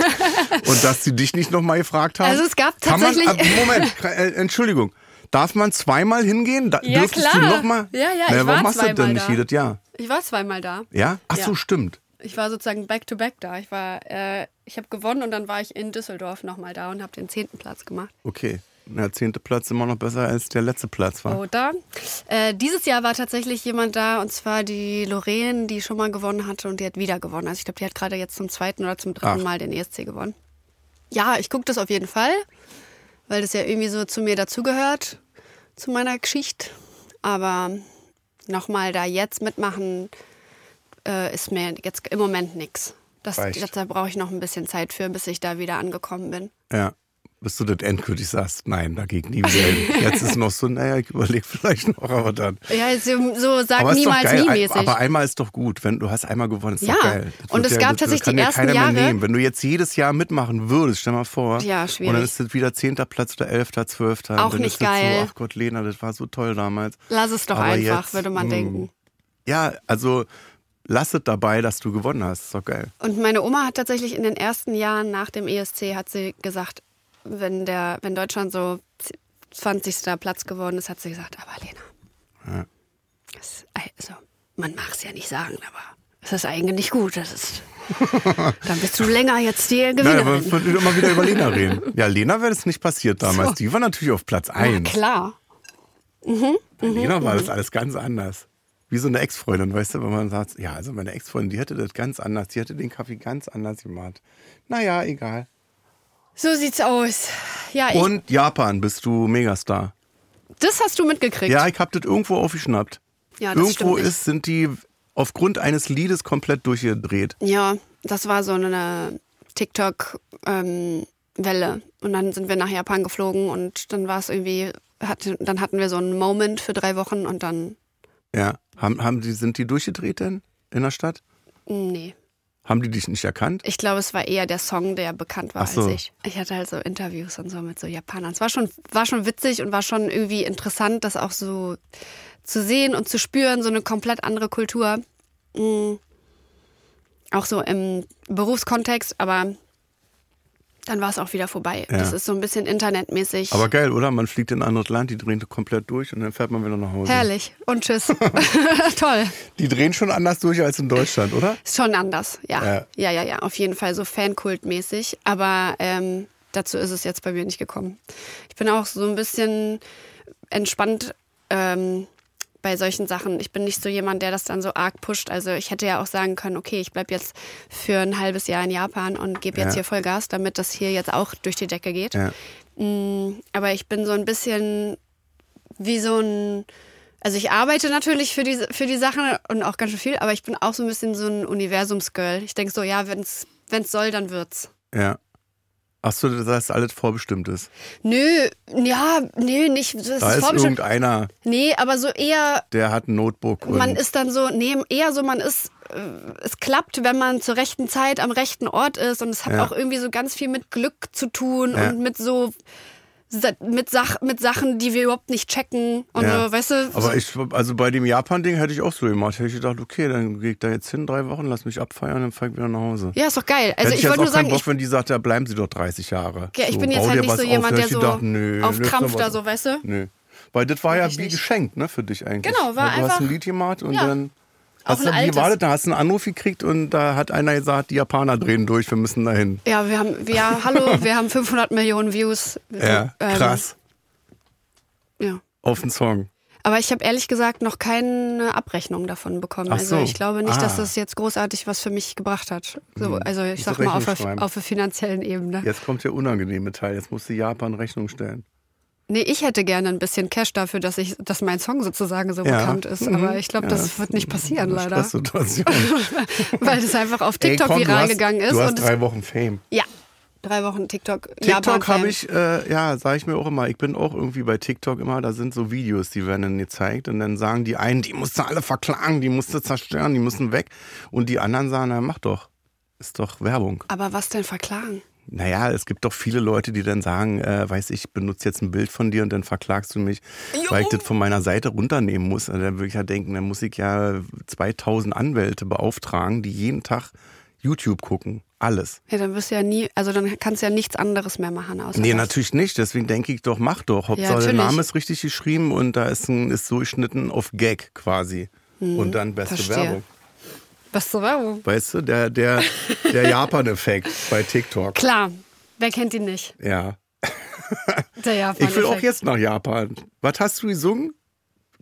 Speaker 2: und dass sie dich nicht nochmal gefragt haben?
Speaker 3: Also es gab tatsächlich-
Speaker 2: Kann man, ab- Moment, k- äh, Entschuldigung. Darf man zweimal hingehen? Da,
Speaker 3: Ja,
Speaker 2: dürftest du
Speaker 3: klar.
Speaker 2: nochmal?
Speaker 3: Ja, ja, ich
Speaker 2: Warum
Speaker 3: war
Speaker 2: machst du das denn
Speaker 3: zweimal
Speaker 2: nicht
Speaker 3: da.
Speaker 2: jedes Jahr?
Speaker 3: Ich war zweimal da.
Speaker 2: Ja? Ach so,
Speaker 3: Ja.
Speaker 2: stimmt.
Speaker 3: Ich war sozusagen back-to-back da. Ich war, äh, ich habe gewonnen und dann war ich in Düsseldorf nochmal da und habe den zehnten Platz gemacht.
Speaker 2: Okay. Der zehnte Platz immer noch besser als der letzte Platz war.
Speaker 3: Oder? Äh, dieses Jahr war tatsächlich jemand da und zwar die Lorraine, die schon mal gewonnen hatte und die hat wieder gewonnen. Also ich glaube, die hat gerade jetzt zum zweiten oder zum dritten
Speaker 2: Ach.
Speaker 3: Mal den ESC gewonnen. Ja, ich gucke das auf jeden Fall, weil das ja irgendwie so zu mir dazugehört, zu meiner Geschichte. Aber nochmal da jetzt mitmachen, äh, ist mir jetzt im Moment nichts. Das,
Speaker 2: Reicht.
Speaker 3: das, da brauche ich noch ein bisschen Zeit für, bis ich da wieder angekommen bin.
Speaker 2: Ja. Bis du das endgültig sagst, nein, dagegen nie wieder. hin. Jetzt ist noch so, naja, ich überlege vielleicht noch, aber dann.
Speaker 3: Ja, so, so sag
Speaker 2: aber ist doch
Speaker 3: niemals
Speaker 2: geil.
Speaker 3: nie
Speaker 2: Ein-
Speaker 3: mäßig.
Speaker 2: Aber einmal ist doch gut. Wenn du hast einmal gewonnen, ist doch
Speaker 3: Ja.
Speaker 2: geil. Das
Speaker 3: Und
Speaker 2: wird
Speaker 3: es gab
Speaker 2: das- das
Speaker 3: tatsächlich
Speaker 2: kann
Speaker 3: die
Speaker 2: dir
Speaker 3: ersten
Speaker 2: keiner Mehr
Speaker 3: Jahre-
Speaker 2: nehmen. Wenn du jetzt jedes Jahr mitmachen würdest, stell mal vor.
Speaker 3: Ja,
Speaker 2: Und dann
Speaker 3: schwierig.
Speaker 2: ist das wieder 10. Platz oder 11., 12.
Speaker 3: Auch
Speaker 2: dann
Speaker 3: nicht
Speaker 2: ist das
Speaker 3: geil.
Speaker 2: So, ach Gott, Lena, das war so toll damals.
Speaker 3: Lass es doch
Speaker 2: Aber
Speaker 3: einfach,
Speaker 2: jetzt, hm.
Speaker 3: würde man
Speaker 2: mh.
Speaker 3: denken.
Speaker 2: Ja, also lass es dabei, dass du gewonnen hast. Ist doch geil.
Speaker 3: Und meine Oma hat tatsächlich in den ersten Jahren nach dem ESC hat sie gesagt, wenn der, wenn Deutschland so 20. Platz geworden ist, hat sie gesagt, aber Lena,
Speaker 2: Ja.
Speaker 3: das, also, man mag es ja nicht sagen, aber es ist eigentlich nicht gut. Das ist, dann bist du länger jetzt die
Speaker 2: Nein, aber wir
Speaker 3: Gewinnerin.
Speaker 2: würden immer wieder über Lena reden. Ja, Lena wäre das nicht passiert damals. Die war natürlich auf Platz 1.
Speaker 3: Klar.
Speaker 2: Bei Lena war
Speaker 3: Mhm.
Speaker 2: das alles ganz anders. Wie so eine Ex-Freundin, weißt du, wenn man sagt, ja, also meine Ex-Freundin, die hätte das ganz anders, die hätte den Kaffee ganz anders gemacht. Naja, egal.
Speaker 3: So sieht's aus. Ja, ich,
Speaker 2: Und Japan bist du Megastar.
Speaker 3: das hast du mitgekriegt.
Speaker 2: Ja, ich hab das irgendwo aufgeschnappt.
Speaker 3: Ja, das
Speaker 2: irgendwo
Speaker 3: stimmt nicht.
Speaker 2: ist, sind die aufgrund eines Liedes komplett durchgedreht.
Speaker 3: Ja, das war so eine TikTok-Welle. und dann sind wir nach Japan geflogen und dann war es irgendwie, hat, dann hatten wir so einen Moment für drei Wochen und dann,
Speaker 2: Ja. Haben, haben die, sind die durchgedreht denn in der Stadt?
Speaker 3: mm, nee.
Speaker 2: Haben die dich nicht erkannt?
Speaker 3: Ich glaube, es war eher der Song, der bekannt war
Speaker 2: Ach so.
Speaker 3: als ich. Ich hatte halt so Interviews und so mit so Japanern. Es war schon, war schon witzig und war schon irgendwie interessant, das auch so zu sehen und zu spüren, so eine komplett andere Kultur. Mm. Auch so im Berufskontext, aber dann war es auch wieder vorbei.
Speaker 2: Ja.
Speaker 3: Das ist so ein bisschen internetmäßig.
Speaker 2: Aber geil, oder? Man fliegt in ein anderes Land, die drehen komplett durch und dann fährt man wieder nach Hause.
Speaker 3: Herrlich. Und tschüss. Toll.
Speaker 2: Die drehen schon anders durch als in Deutschland, oder?
Speaker 3: Ist schon anders, ja.
Speaker 2: Ja.
Speaker 3: Ja, ja, ja, auf jeden Fall so Fankultmäßig. Aber ähm, dazu ist es jetzt bei mir nicht gekommen. Ich bin auch so ein bisschen entspannt ähm, bei solchen Sachen. Ich bin nicht so jemand, der das dann so arg pusht. Also ich hätte ja auch sagen können, okay, ich bleibe jetzt für ein halbes Jahr in Japan und gebe jetzt
Speaker 2: Ja.
Speaker 3: hier Vollgas, damit das hier jetzt auch durch die Decke geht.
Speaker 2: Ja.
Speaker 3: Mm, Aber ich bin so ein bisschen wie so ein. Also ich arbeite natürlich für die, für die Sachen und auch ganz schön viel, aber ich bin auch so ein bisschen so ein Universumsgirl. Ich denke so, ja, wenn's, wenn's soll, dann wird's.
Speaker 2: Ja. Ach so, das heißt, alles vorbestimmt ist.
Speaker 3: Nö, ja, nö, nicht. Das
Speaker 2: Da ist,
Speaker 3: vorbestimmt.
Speaker 2: irgendeiner,
Speaker 3: Nee, aber so eher,
Speaker 2: der hat ein Notebook. Und
Speaker 3: man ist dann so, nee, eher so, man ist, äh, es klappt, wenn man zur rechten Zeit am rechten Ort ist und es hat
Speaker 2: Ja.
Speaker 3: auch irgendwie so ganz viel mit Glück zu tun
Speaker 2: Ja.
Speaker 3: und mit so, mit, Sach, mit Sachen, die wir überhaupt nicht checken und
Speaker 2: Ja.
Speaker 3: so, weißt du? so,
Speaker 2: aber ich, also bei dem Japan-Ding hätte ich auch so gemacht. Hätte ich gedacht, okay, dann gehe ich da jetzt hin, drei Wochen, lass mich abfeiern, dann fahre ich wieder nach Hause.
Speaker 3: Ja, ist doch geil.
Speaker 2: hätte
Speaker 3: Also
Speaker 2: ich
Speaker 3: ich
Speaker 2: jetzt
Speaker 3: wollte
Speaker 2: auch
Speaker 3: nur sagen,
Speaker 2: keinen Bock, wenn die sagt, ja, bleiben sie doch 30 Jahre.
Speaker 3: ich, ja, ich
Speaker 2: So,
Speaker 3: bin jetzt
Speaker 2: bau dir
Speaker 3: halt nicht
Speaker 2: was
Speaker 3: so
Speaker 2: auf.
Speaker 3: jemand,
Speaker 2: Da
Speaker 3: der
Speaker 2: hätte
Speaker 3: so
Speaker 2: ich gedacht, nö,
Speaker 3: auf
Speaker 2: löst
Speaker 3: Krampf
Speaker 2: doch
Speaker 3: da
Speaker 2: was
Speaker 3: so,
Speaker 2: auf.
Speaker 3: weißt du?
Speaker 2: Nö. Weil das war ja
Speaker 3: ich
Speaker 2: wie
Speaker 3: nicht.
Speaker 2: geschenkt, ne, für dich eigentlich.
Speaker 3: Genau, war
Speaker 2: du Du hast
Speaker 3: einfach-
Speaker 2: ein Lied gemacht und
Speaker 3: Ja.
Speaker 2: dann
Speaker 3: Auch
Speaker 2: hast
Speaker 3: ein
Speaker 2: du wie
Speaker 3: altes.
Speaker 2: war das? Da hast du einen Anruf gekriegt und da hat einer gesagt, die Japaner drehen durch, wir müssen dahin.
Speaker 3: Ja, wir haben, ja, hallo, wir haben 500 Millionen Views.
Speaker 2: Ja,
Speaker 3: Ähm,
Speaker 2: krass.
Speaker 3: Ja.
Speaker 2: Auf den Song.
Speaker 3: Aber ich habe ehrlich gesagt noch keine Abrechnung davon bekommen.
Speaker 2: Ach so.
Speaker 3: Also ich glaube nicht, dass
Speaker 2: Ah. Hm.
Speaker 3: das jetzt großartig was für mich gebracht hat. So, also ich
Speaker 2: Musst
Speaker 3: sag
Speaker 2: du
Speaker 3: mal auf
Speaker 2: Rechnung
Speaker 3: der,
Speaker 2: schreiben.
Speaker 3: auf der finanziellen Ebene.
Speaker 2: Jetzt kommt der unangenehme Teil. Jetzt musste Japan Rechnung stellen.
Speaker 3: Nee, ich hätte gerne ein bisschen Cash dafür, dass ich, dass mein Song sozusagen so
Speaker 2: Ja.
Speaker 3: bekannt ist.
Speaker 2: Mhm.
Speaker 3: Aber ich glaube,
Speaker 2: Ja,
Speaker 3: das wird nicht passieren,
Speaker 2: Eine
Speaker 3: leider.
Speaker 2: Stresssituation.
Speaker 3: Weil das einfach auf
Speaker 2: Ey,
Speaker 3: TikTok
Speaker 2: komm, du
Speaker 3: viral
Speaker 2: hast-
Speaker 3: gegangen ist.
Speaker 2: Du hast
Speaker 3: und es,
Speaker 2: drei Wochen Fame.
Speaker 3: ja, drei Wochen TikTok.
Speaker 2: TikTok
Speaker 3: Japan-Fan.
Speaker 2: habe ich, äh, ja, sage ich mir auch immer, ich bin auch irgendwie bei TikTok immer, da sind so Videos, die werden dann gezeigt und dann sagen die einen, die musst du alle verklagen, die musst du zerstören, die müssen weg. Und die anderen sagen, na mach doch, ist doch Werbung.
Speaker 3: Aber was denn verklagen?
Speaker 2: Naja, es gibt doch viele Leute, die dann sagen, äh, weiß ich, benutze jetzt ein Bild von dir und dann verklagst du mich, weil ich das von meiner Seite runternehmen muss. Also dann würde ich ja denken, dann muss ich ja 2000 Anwälte beauftragen, die jeden Tag YouTube gucken. Alles.
Speaker 3: Ja, dann wirst du ja nie, also dann kannst du ja nichts anderes mehr machen. Außer
Speaker 2: Nee,
Speaker 3: das.
Speaker 2: natürlich nicht. Deswegen denke ich doch, mach doch. Hauptsache, der
Speaker 3: natürlich.
Speaker 2: Name ist richtig geschrieben und da ist, ein, ist so geschnitten auf Gag quasi. und dann beste
Speaker 3: Hm, verstehe.
Speaker 2: Werbung.
Speaker 3: Was zur Werbung?
Speaker 2: Weißt du, der, der, der Japan-Effekt bei TikTok.
Speaker 3: Klar, wer kennt ihn nicht?
Speaker 2: Ja.
Speaker 3: Der Japan.
Speaker 2: Ich will auch jetzt nach Japan. Was hast du gesungen?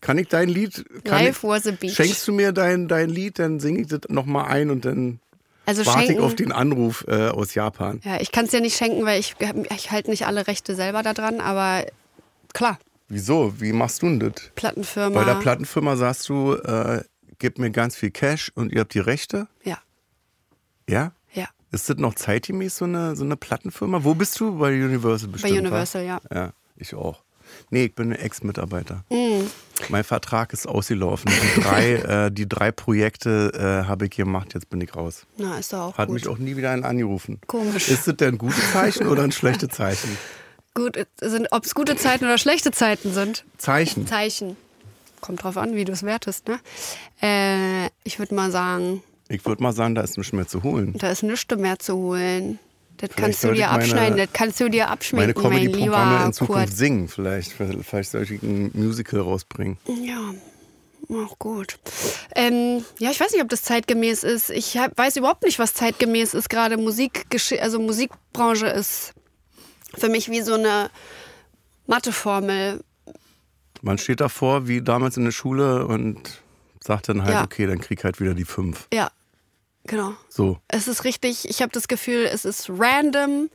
Speaker 2: Kann ich dein Lied? Kann
Speaker 3: Life
Speaker 2: ich,
Speaker 3: was a beach.
Speaker 2: Schenkst du mir dein, dein Lied, dann singe ich das nochmal ein und dann
Speaker 3: also
Speaker 2: warte ich
Speaker 3: schenken.
Speaker 2: auf den Anruf äh, aus Japan.
Speaker 3: ja, ich kann es dir nicht schenken, weil ich, ich halte nicht alle Rechte selber da dran, aber klar,
Speaker 2: Wieso? Wie machst du denn das?
Speaker 3: Plattenfirma.
Speaker 2: Bei der Plattenfirma sagst du, äh, gib mir ganz viel Cash und ihr habt die Rechte?
Speaker 3: ja,
Speaker 2: Ja?
Speaker 3: ja.
Speaker 2: Ist das noch zeitgemäß, so eine, so eine Plattenfirma? Wo bist du? Bei Universal bestimmt. wa?
Speaker 3: Universal, ja.
Speaker 2: Ja, ich auch. Nee, ich bin ein Ex-Mitarbeiter.
Speaker 3: Mm.
Speaker 2: Mein Vertrag ist ausgelaufen. Die drei, äh, die drei Projekte äh, habe ich gemacht, jetzt bin ich raus.
Speaker 3: Na, ist doch auch
Speaker 2: Hat
Speaker 3: gut.
Speaker 2: mich auch nie wieder einen angerufen.
Speaker 3: Komisch.
Speaker 2: Ist das denn ein gutes Zeichen oder ein schlechtes Zeichen?
Speaker 3: gut sind, ob es gute Zeiten oder schlechte Zeiten sind.
Speaker 2: Zeichen.
Speaker 3: Zeichen. Kommt drauf an, wie du es wertest, ne? Äh, ich würde mal sagen,
Speaker 2: Ich würde mal sagen, da ist nichts mehr zu holen.
Speaker 3: da ist nichts mehr zu holen. Das kannst du
Speaker 2: sollte
Speaker 3: dir
Speaker 2: ich meine-
Speaker 3: abschneiden, das kannst du dir
Speaker 2: Meine
Speaker 3: abschminken, mein
Speaker 2: Comedy-Programme
Speaker 3: lieber
Speaker 2: in Zukunft
Speaker 3: Kurt.
Speaker 2: singen vielleicht. Vielleicht sollte ich ein Musical rausbringen.
Speaker 3: Ja, auch gut. Ähm, ja, ich weiß nicht, ob das zeitgemäß ist. Ich hab, weiß überhaupt nicht, was zeitgemäß ist. Gerade Musik, also Musikbranche ist für mich wie so eine Matheformel.
Speaker 2: Man steht davor, wie damals in der Schule und sagt dann halt,
Speaker 3: Ja.
Speaker 2: okay, dann krieg halt wieder die fünf.
Speaker 3: Ja, genau.
Speaker 2: So.
Speaker 3: Es ist richtig, ich habe das Gefühl, es ist random,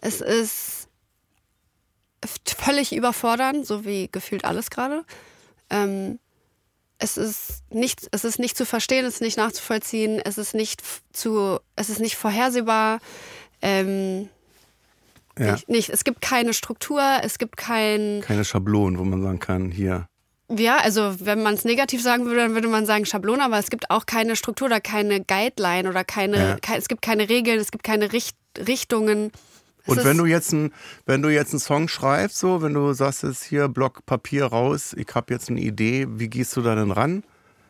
Speaker 3: es ist völlig überfordernd, so wie gefühlt alles gerade. Ähm, es ist nicht, es ist nicht zu verstehen, es ist nicht nachzuvollziehen, es ist nicht f- zu, es ist nicht vorhersehbar. Ähm,
Speaker 2: Ja.
Speaker 3: nicht, nicht, es gibt keine Struktur, es gibt kein,
Speaker 2: Keine Schablonen, wo man sagen kann, hier,
Speaker 3: ja, also wenn man es negativ sagen würde, dann würde man sagen Schablone, aber es gibt auch keine Struktur oder keine Guideline oder keine,
Speaker 2: Ja.
Speaker 3: kei- es gibt keine Regeln, es gibt keine Richt Richtungen. Es
Speaker 2: Und
Speaker 3: ist-
Speaker 2: wenn du jetzt ein, wenn du jetzt einen Song schreibst, so, wenn du sagst, es ist hier Block Papier raus, ich habe jetzt eine Idee, wie gehst du da denn ran?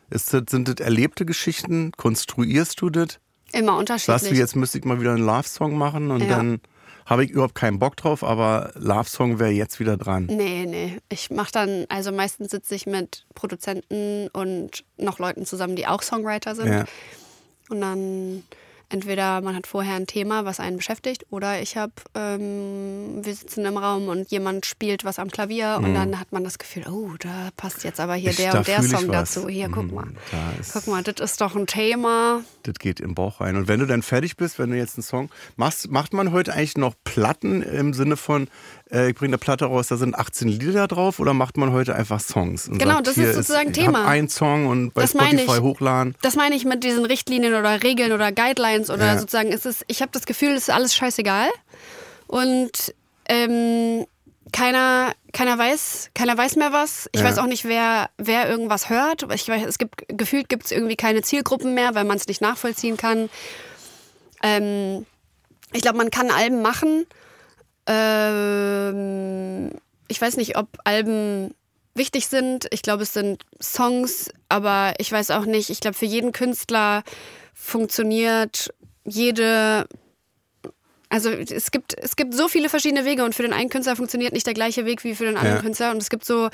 Speaker 2: Ist das, sind das erlebte Geschichten? Konstruierst du das?
Speaker 3: immer unterschiedlich.
Speaker 2: Sagst du, jetzt müsste ich mal wieder einen Love-Song machen und
Speaker 3: Ja.
Speaker 2: dann habe ich überhaupt keinen Bock drauf, aber Love-Song wäre jetzt wieder dran.
Speaker 3: Nee, nee. Ich mache dann, also meistens sitze ich mit Produzenten und noch Leuten zusammen, die auch Songwriter sind.
Speaker 2: Ja.
Speaker 3: Und dann entweder man hat vorher ein Thema, was einen beschäftigt, oder ich habe, ähm, wir sitzen im Raum und jemand spielt was am Klavier und dann hat man das Gefühl, oh, da passt jetzt aber hier
Speaker 2: Mhm. Ich-
Speaker 3: der
Speaker 2: da
Speaker 3: und der
Speaker 2: fühl ich
Speaker 3: Song
Speaker 2: was.
Speaker 3: dazu. Hier, guck
Speaker 2: Mhm,
Speaker 3: mal.
Speaker 2: da ist-
Speaker 3: Guck mal, das ist doch ein Thema.
Speaker 2: Das geht im Bauch rein. Und wenn du dann fertig bist, wenn du jetzt einen Song machst, macht man heute eigentlich noch Platten im Sinne von, äh, ich bringe eine Platte raus, da sind 18 Lieder drauf oder macht man heute einfach Songs? Und
Speaker 3: Genau, das ist
Speaker 2: hier
Speaker 3: sozusagen
Speaker 2: ich
Speaker 3: Thema.
Speaker 2: Hab einen Song und bei
Speaker 3: Das meine
Speaker 2: Spotify
Speaker 3: ich.
Speaker 2: hochladen.
Speaker 3: Das meine ich mit diesen Richtlinien oder Regeln oder Guidelines oder
Speaker 2: Ja.
Speaker 3: sozusagen, es ist, ich habe das Gefühl, es ist alles scheißegal. Und ähm, keiner, keiner weiß, keiner weiß mehr was. Ich
Speaker 2: Ja.
Speaker 3: weiß auch nicht, wer, wer irgendwas hört. Ich weiß, es gibt gefühlt gibt es irgendwie keine Zielgruppen mehr, weil man es nicht nachvollziehen kann. Ähm, ich glaube, man kann Alben machen. Ähm, ich weiß nicht, ob Alben wichtig sind. Ich glaube, es sind Songs, aber ich weiß auch nicht. Ich glaube, für jeden Künstler funktioniert jede. Also es gibt, es gibt so viele verschiedene Wege und für den einen Künstler funktioniert nicht der gleiche Weg wie für den anderen
Speaker 2: Ja.
Speaker 3: Künstler. Und es gibt so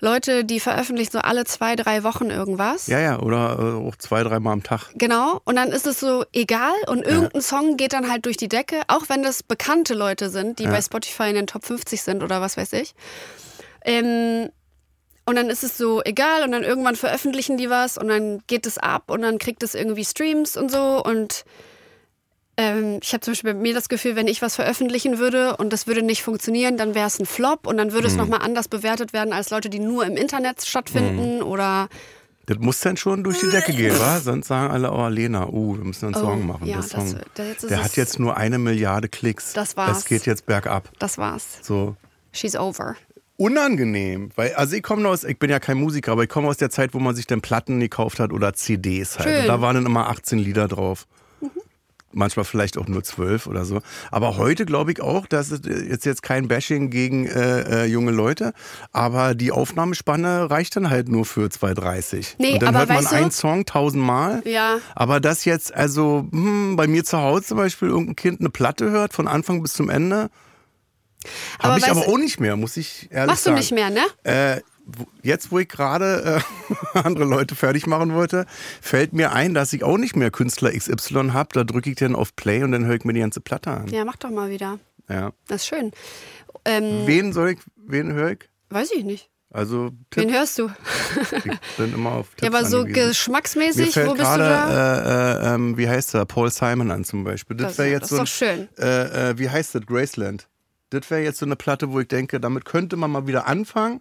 Speaker 3: Leute, die veröffentlichen so alle zwei, drei Wochen irgendwas.
Speaker 2: Ja, ja, oder äh, auch zwei, dreimal am Tag.
Speaker 3: Genau, und dann ist es so egal und irgendein Song geht dann halt durch die Decke, auch wenn das bekannte Leute sind, die bei Spotify in den Top 50 sind oder was weiß ich. Ähm, Und dann ist es so egal und dann irgendwann veröffentlichen die was und dann geht es ab und dann kriegt es irgendwie Streams und so. Und ähm, ich habe zum Beispiel bei mir das Gefühl, wenn ich was veröffentlichen würde und das würde nicht funktionieren, dann wäre es ein Flop und dann würde es nochmal anders bewertet werden als Leute, die nur im Internet stattfinden oder
Speaker 2: Das muss dann schon durch die Decke gehen, wa? Sonst sagen alle, oh, Lena, uh, wir müssen einen Song machen.
Speaker 3: Oh, ja,
Speaker 2: der
Speaker 3: das-
Speaker 2: Song,
Speaker 3: der- jetzt ist
Speaker 2: der
Speaker 3: es-
Speaker 2: hat jetzt nur eine Milliarde Klicks.
Speaker 3: Das war's.
Speaker 2: Es geht jetzt bergab.
Speaker 3: das war's.
Speaker 2: So.
Speaker 3: She's over.
Speaker 2: Unangenehm, weil, also ich komme aus, ich bin ja kein Musiker, aber ich komme aus der Zeit, wo man sich dann Platten gekauft hat oder CDs halt.
Speaker 3: Schön.
Speaker 2: Und da waren dann immer 18 Lieder drauf. Manchmal vielleicht auch nur 12 oder so. Aber heute glaube ich auch, dass es jetzt, jetzt kein Bashing gegen äh, äh, junge Leute, aber die Aufnahmespanne reicht dann halt nur für 2,30.
Speaker 3: Nee,
Speaker 2: Und dann
Speaker 3: aber
Speaker 2: hört man
Speaker 3: weißt du-
Speaker 2: einen Song tausendmal.
Speaker 3: Ja.
Speaker 2: Aber das jetzt, also hm, bei mir zu Hause zum Beispiel irgendein Kind eine Platte hört von Anfang bis zum Ende,
Speaker 3: Aber
Speaker 2: habe ich
Speaker 3: weißt
Speaker 2: aber
Speaker 3: du-
Speaker 2: auch nicht mehr, muss ich ehrlich
Speaker 3: Machst du
Speaker 2: sagen.
Speaker 3: nicht mehr, ne?
Speaker 2: Äh, wo- jetzt, wo ich gerade äh, andere Leute fertig machen wollte, fällt mir ein, dass ich auch nicht mehr Künstler XY habe. Da drücke ich dann auf Play und dann höre ich mir die ganze Platte an. Ja.
Speaker 3: Ja, mach doch mal wieder. Das ist schön. Ähm,
Speaker 2: Wen soll ich, wen höre ich?
Speaker 3: weiß ich nicht.
Speaker 2: Also
Speaker 3: Wen
Speaker 2: Tipps,
Speaker 3: hörst du?
Speaker 2: ich bin immer auf Tipps
Speaker 3: Ja, aber so
Speaker 2: angewiesen. Mir
Speaker 3: geschmacksmäßig,
Speaker 2: fällt
Speaker 3: wo bist du
Speaker 2: gerade,
Speaker 3: da?
Speaker 2: Äh, äh, ähm, wie heißt er, Paul Simon an zum Beispiel. Das,
Speaker 3: Das-
Speaker 2: wäre
Speaker 3: das
Speaker 2: jetzt
Speaker 3: ist
Speaker 2: so
Speaker 3: doch
Speaker 2: ein,
Speaker 3: schön.
Speaker 2: Äh, äh, wie heißt das, Graceland? Das wäre jetzt so eine Platte, wo ich denke, damit könnte man mal wieder anfangen,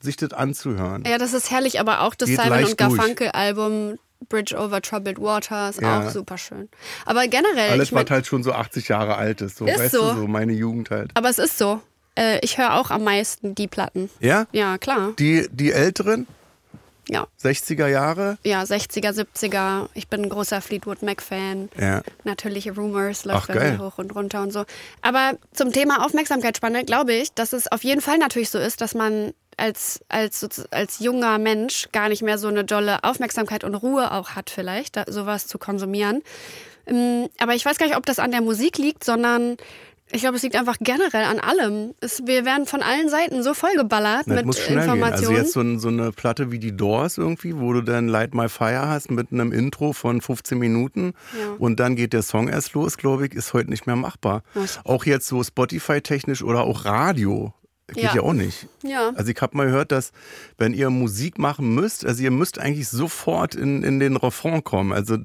Speaker 2: sich das anzuhören.
Speaker 3: Ja, das ist herrlich, aber auch das
Speaker 2: äh, Geht
Speaker 3: Simon
Speaker 2: leicht
Speaker 3: und
Speaker 2: durch.
Speaker 3: Garfunkel-Album Bridge Over Troubled Water ist
Speaker 2: Ja.
Speaker 3: auch super schön. Aber
Speaker 2: Alles,
Speaker 3: generell, Äh, ich mein,
Speaker 2: was halt schon so 80 Jahre alt ist. So,
Speaker 3: Ist
Speaker 2: weißt
Speaker 3: so.
Speaker 2: du, so meine Jugend halt.
Speaker 3: aber es ist so. Äh, ich höre auch am meisten die Platten.
Speaker 2: Ja?
Speaker 3: Ja, klar.
Speaker 2: Die, die älteren,
Speaker 3: Ja.
Speaker 2: 60er Jahre.
Speaker 3: Ja, 60er, 70er. Ich bin ein großer Fleetwood Mac-Fan.
Speaker 2: Ja.
Speaker 3: Natürlich Rumors läuft
Speaker 2: Ach,
Speaker 3: bei mir
Speaker 2: geil.
Speaker 3: hoch und runter und so. Aber zum Thema Aufmerksamkeitsspanne glaube ich, dass es auf jeden Fall natürlich so ist, dass man als, als, sozu- als junger Mensch gar nicht mehr so eine dolle Aufmerksamkeit und Ruhe auch hat, vielleicht, da, sowas zu konsumieren. Ähm, Aber ich weiß gar nicht, ob das an der Musik liegt, sondern ich glaube, es liegt einfach generell an allem. Es, wir werden von allen Seiten so vollgeballert
Speaker 2: Das
Speaker 3: mit
Speaker 2: muss schnell gehen.
Speaker 3: Informationen.
Speaker 2: Also jetzt so, ein, so eine Platte wie die Doors irgendwie, wo du dann Light My Fire hast mit einem Intro von 15 Minuten
Speaker 3: Ja.
Speaker 2: und dann geht der Song erst los, glaube ich, ist heute nicht mehr machbar.
Speaker 3: Was?
Speaker 2: Auch jetzt so Spotify-technisch oder auch Radio. Geht
Speaker 3: Ja.
Speaker 2: ja, auch nicht.
Speaker 3: Ja.
Speaker 2: Also ich habe mal gehört, dass wenn ihr Musik machen müsst, also ihr müsst eigentlich sofort in, in den Refrain kommen. Also d-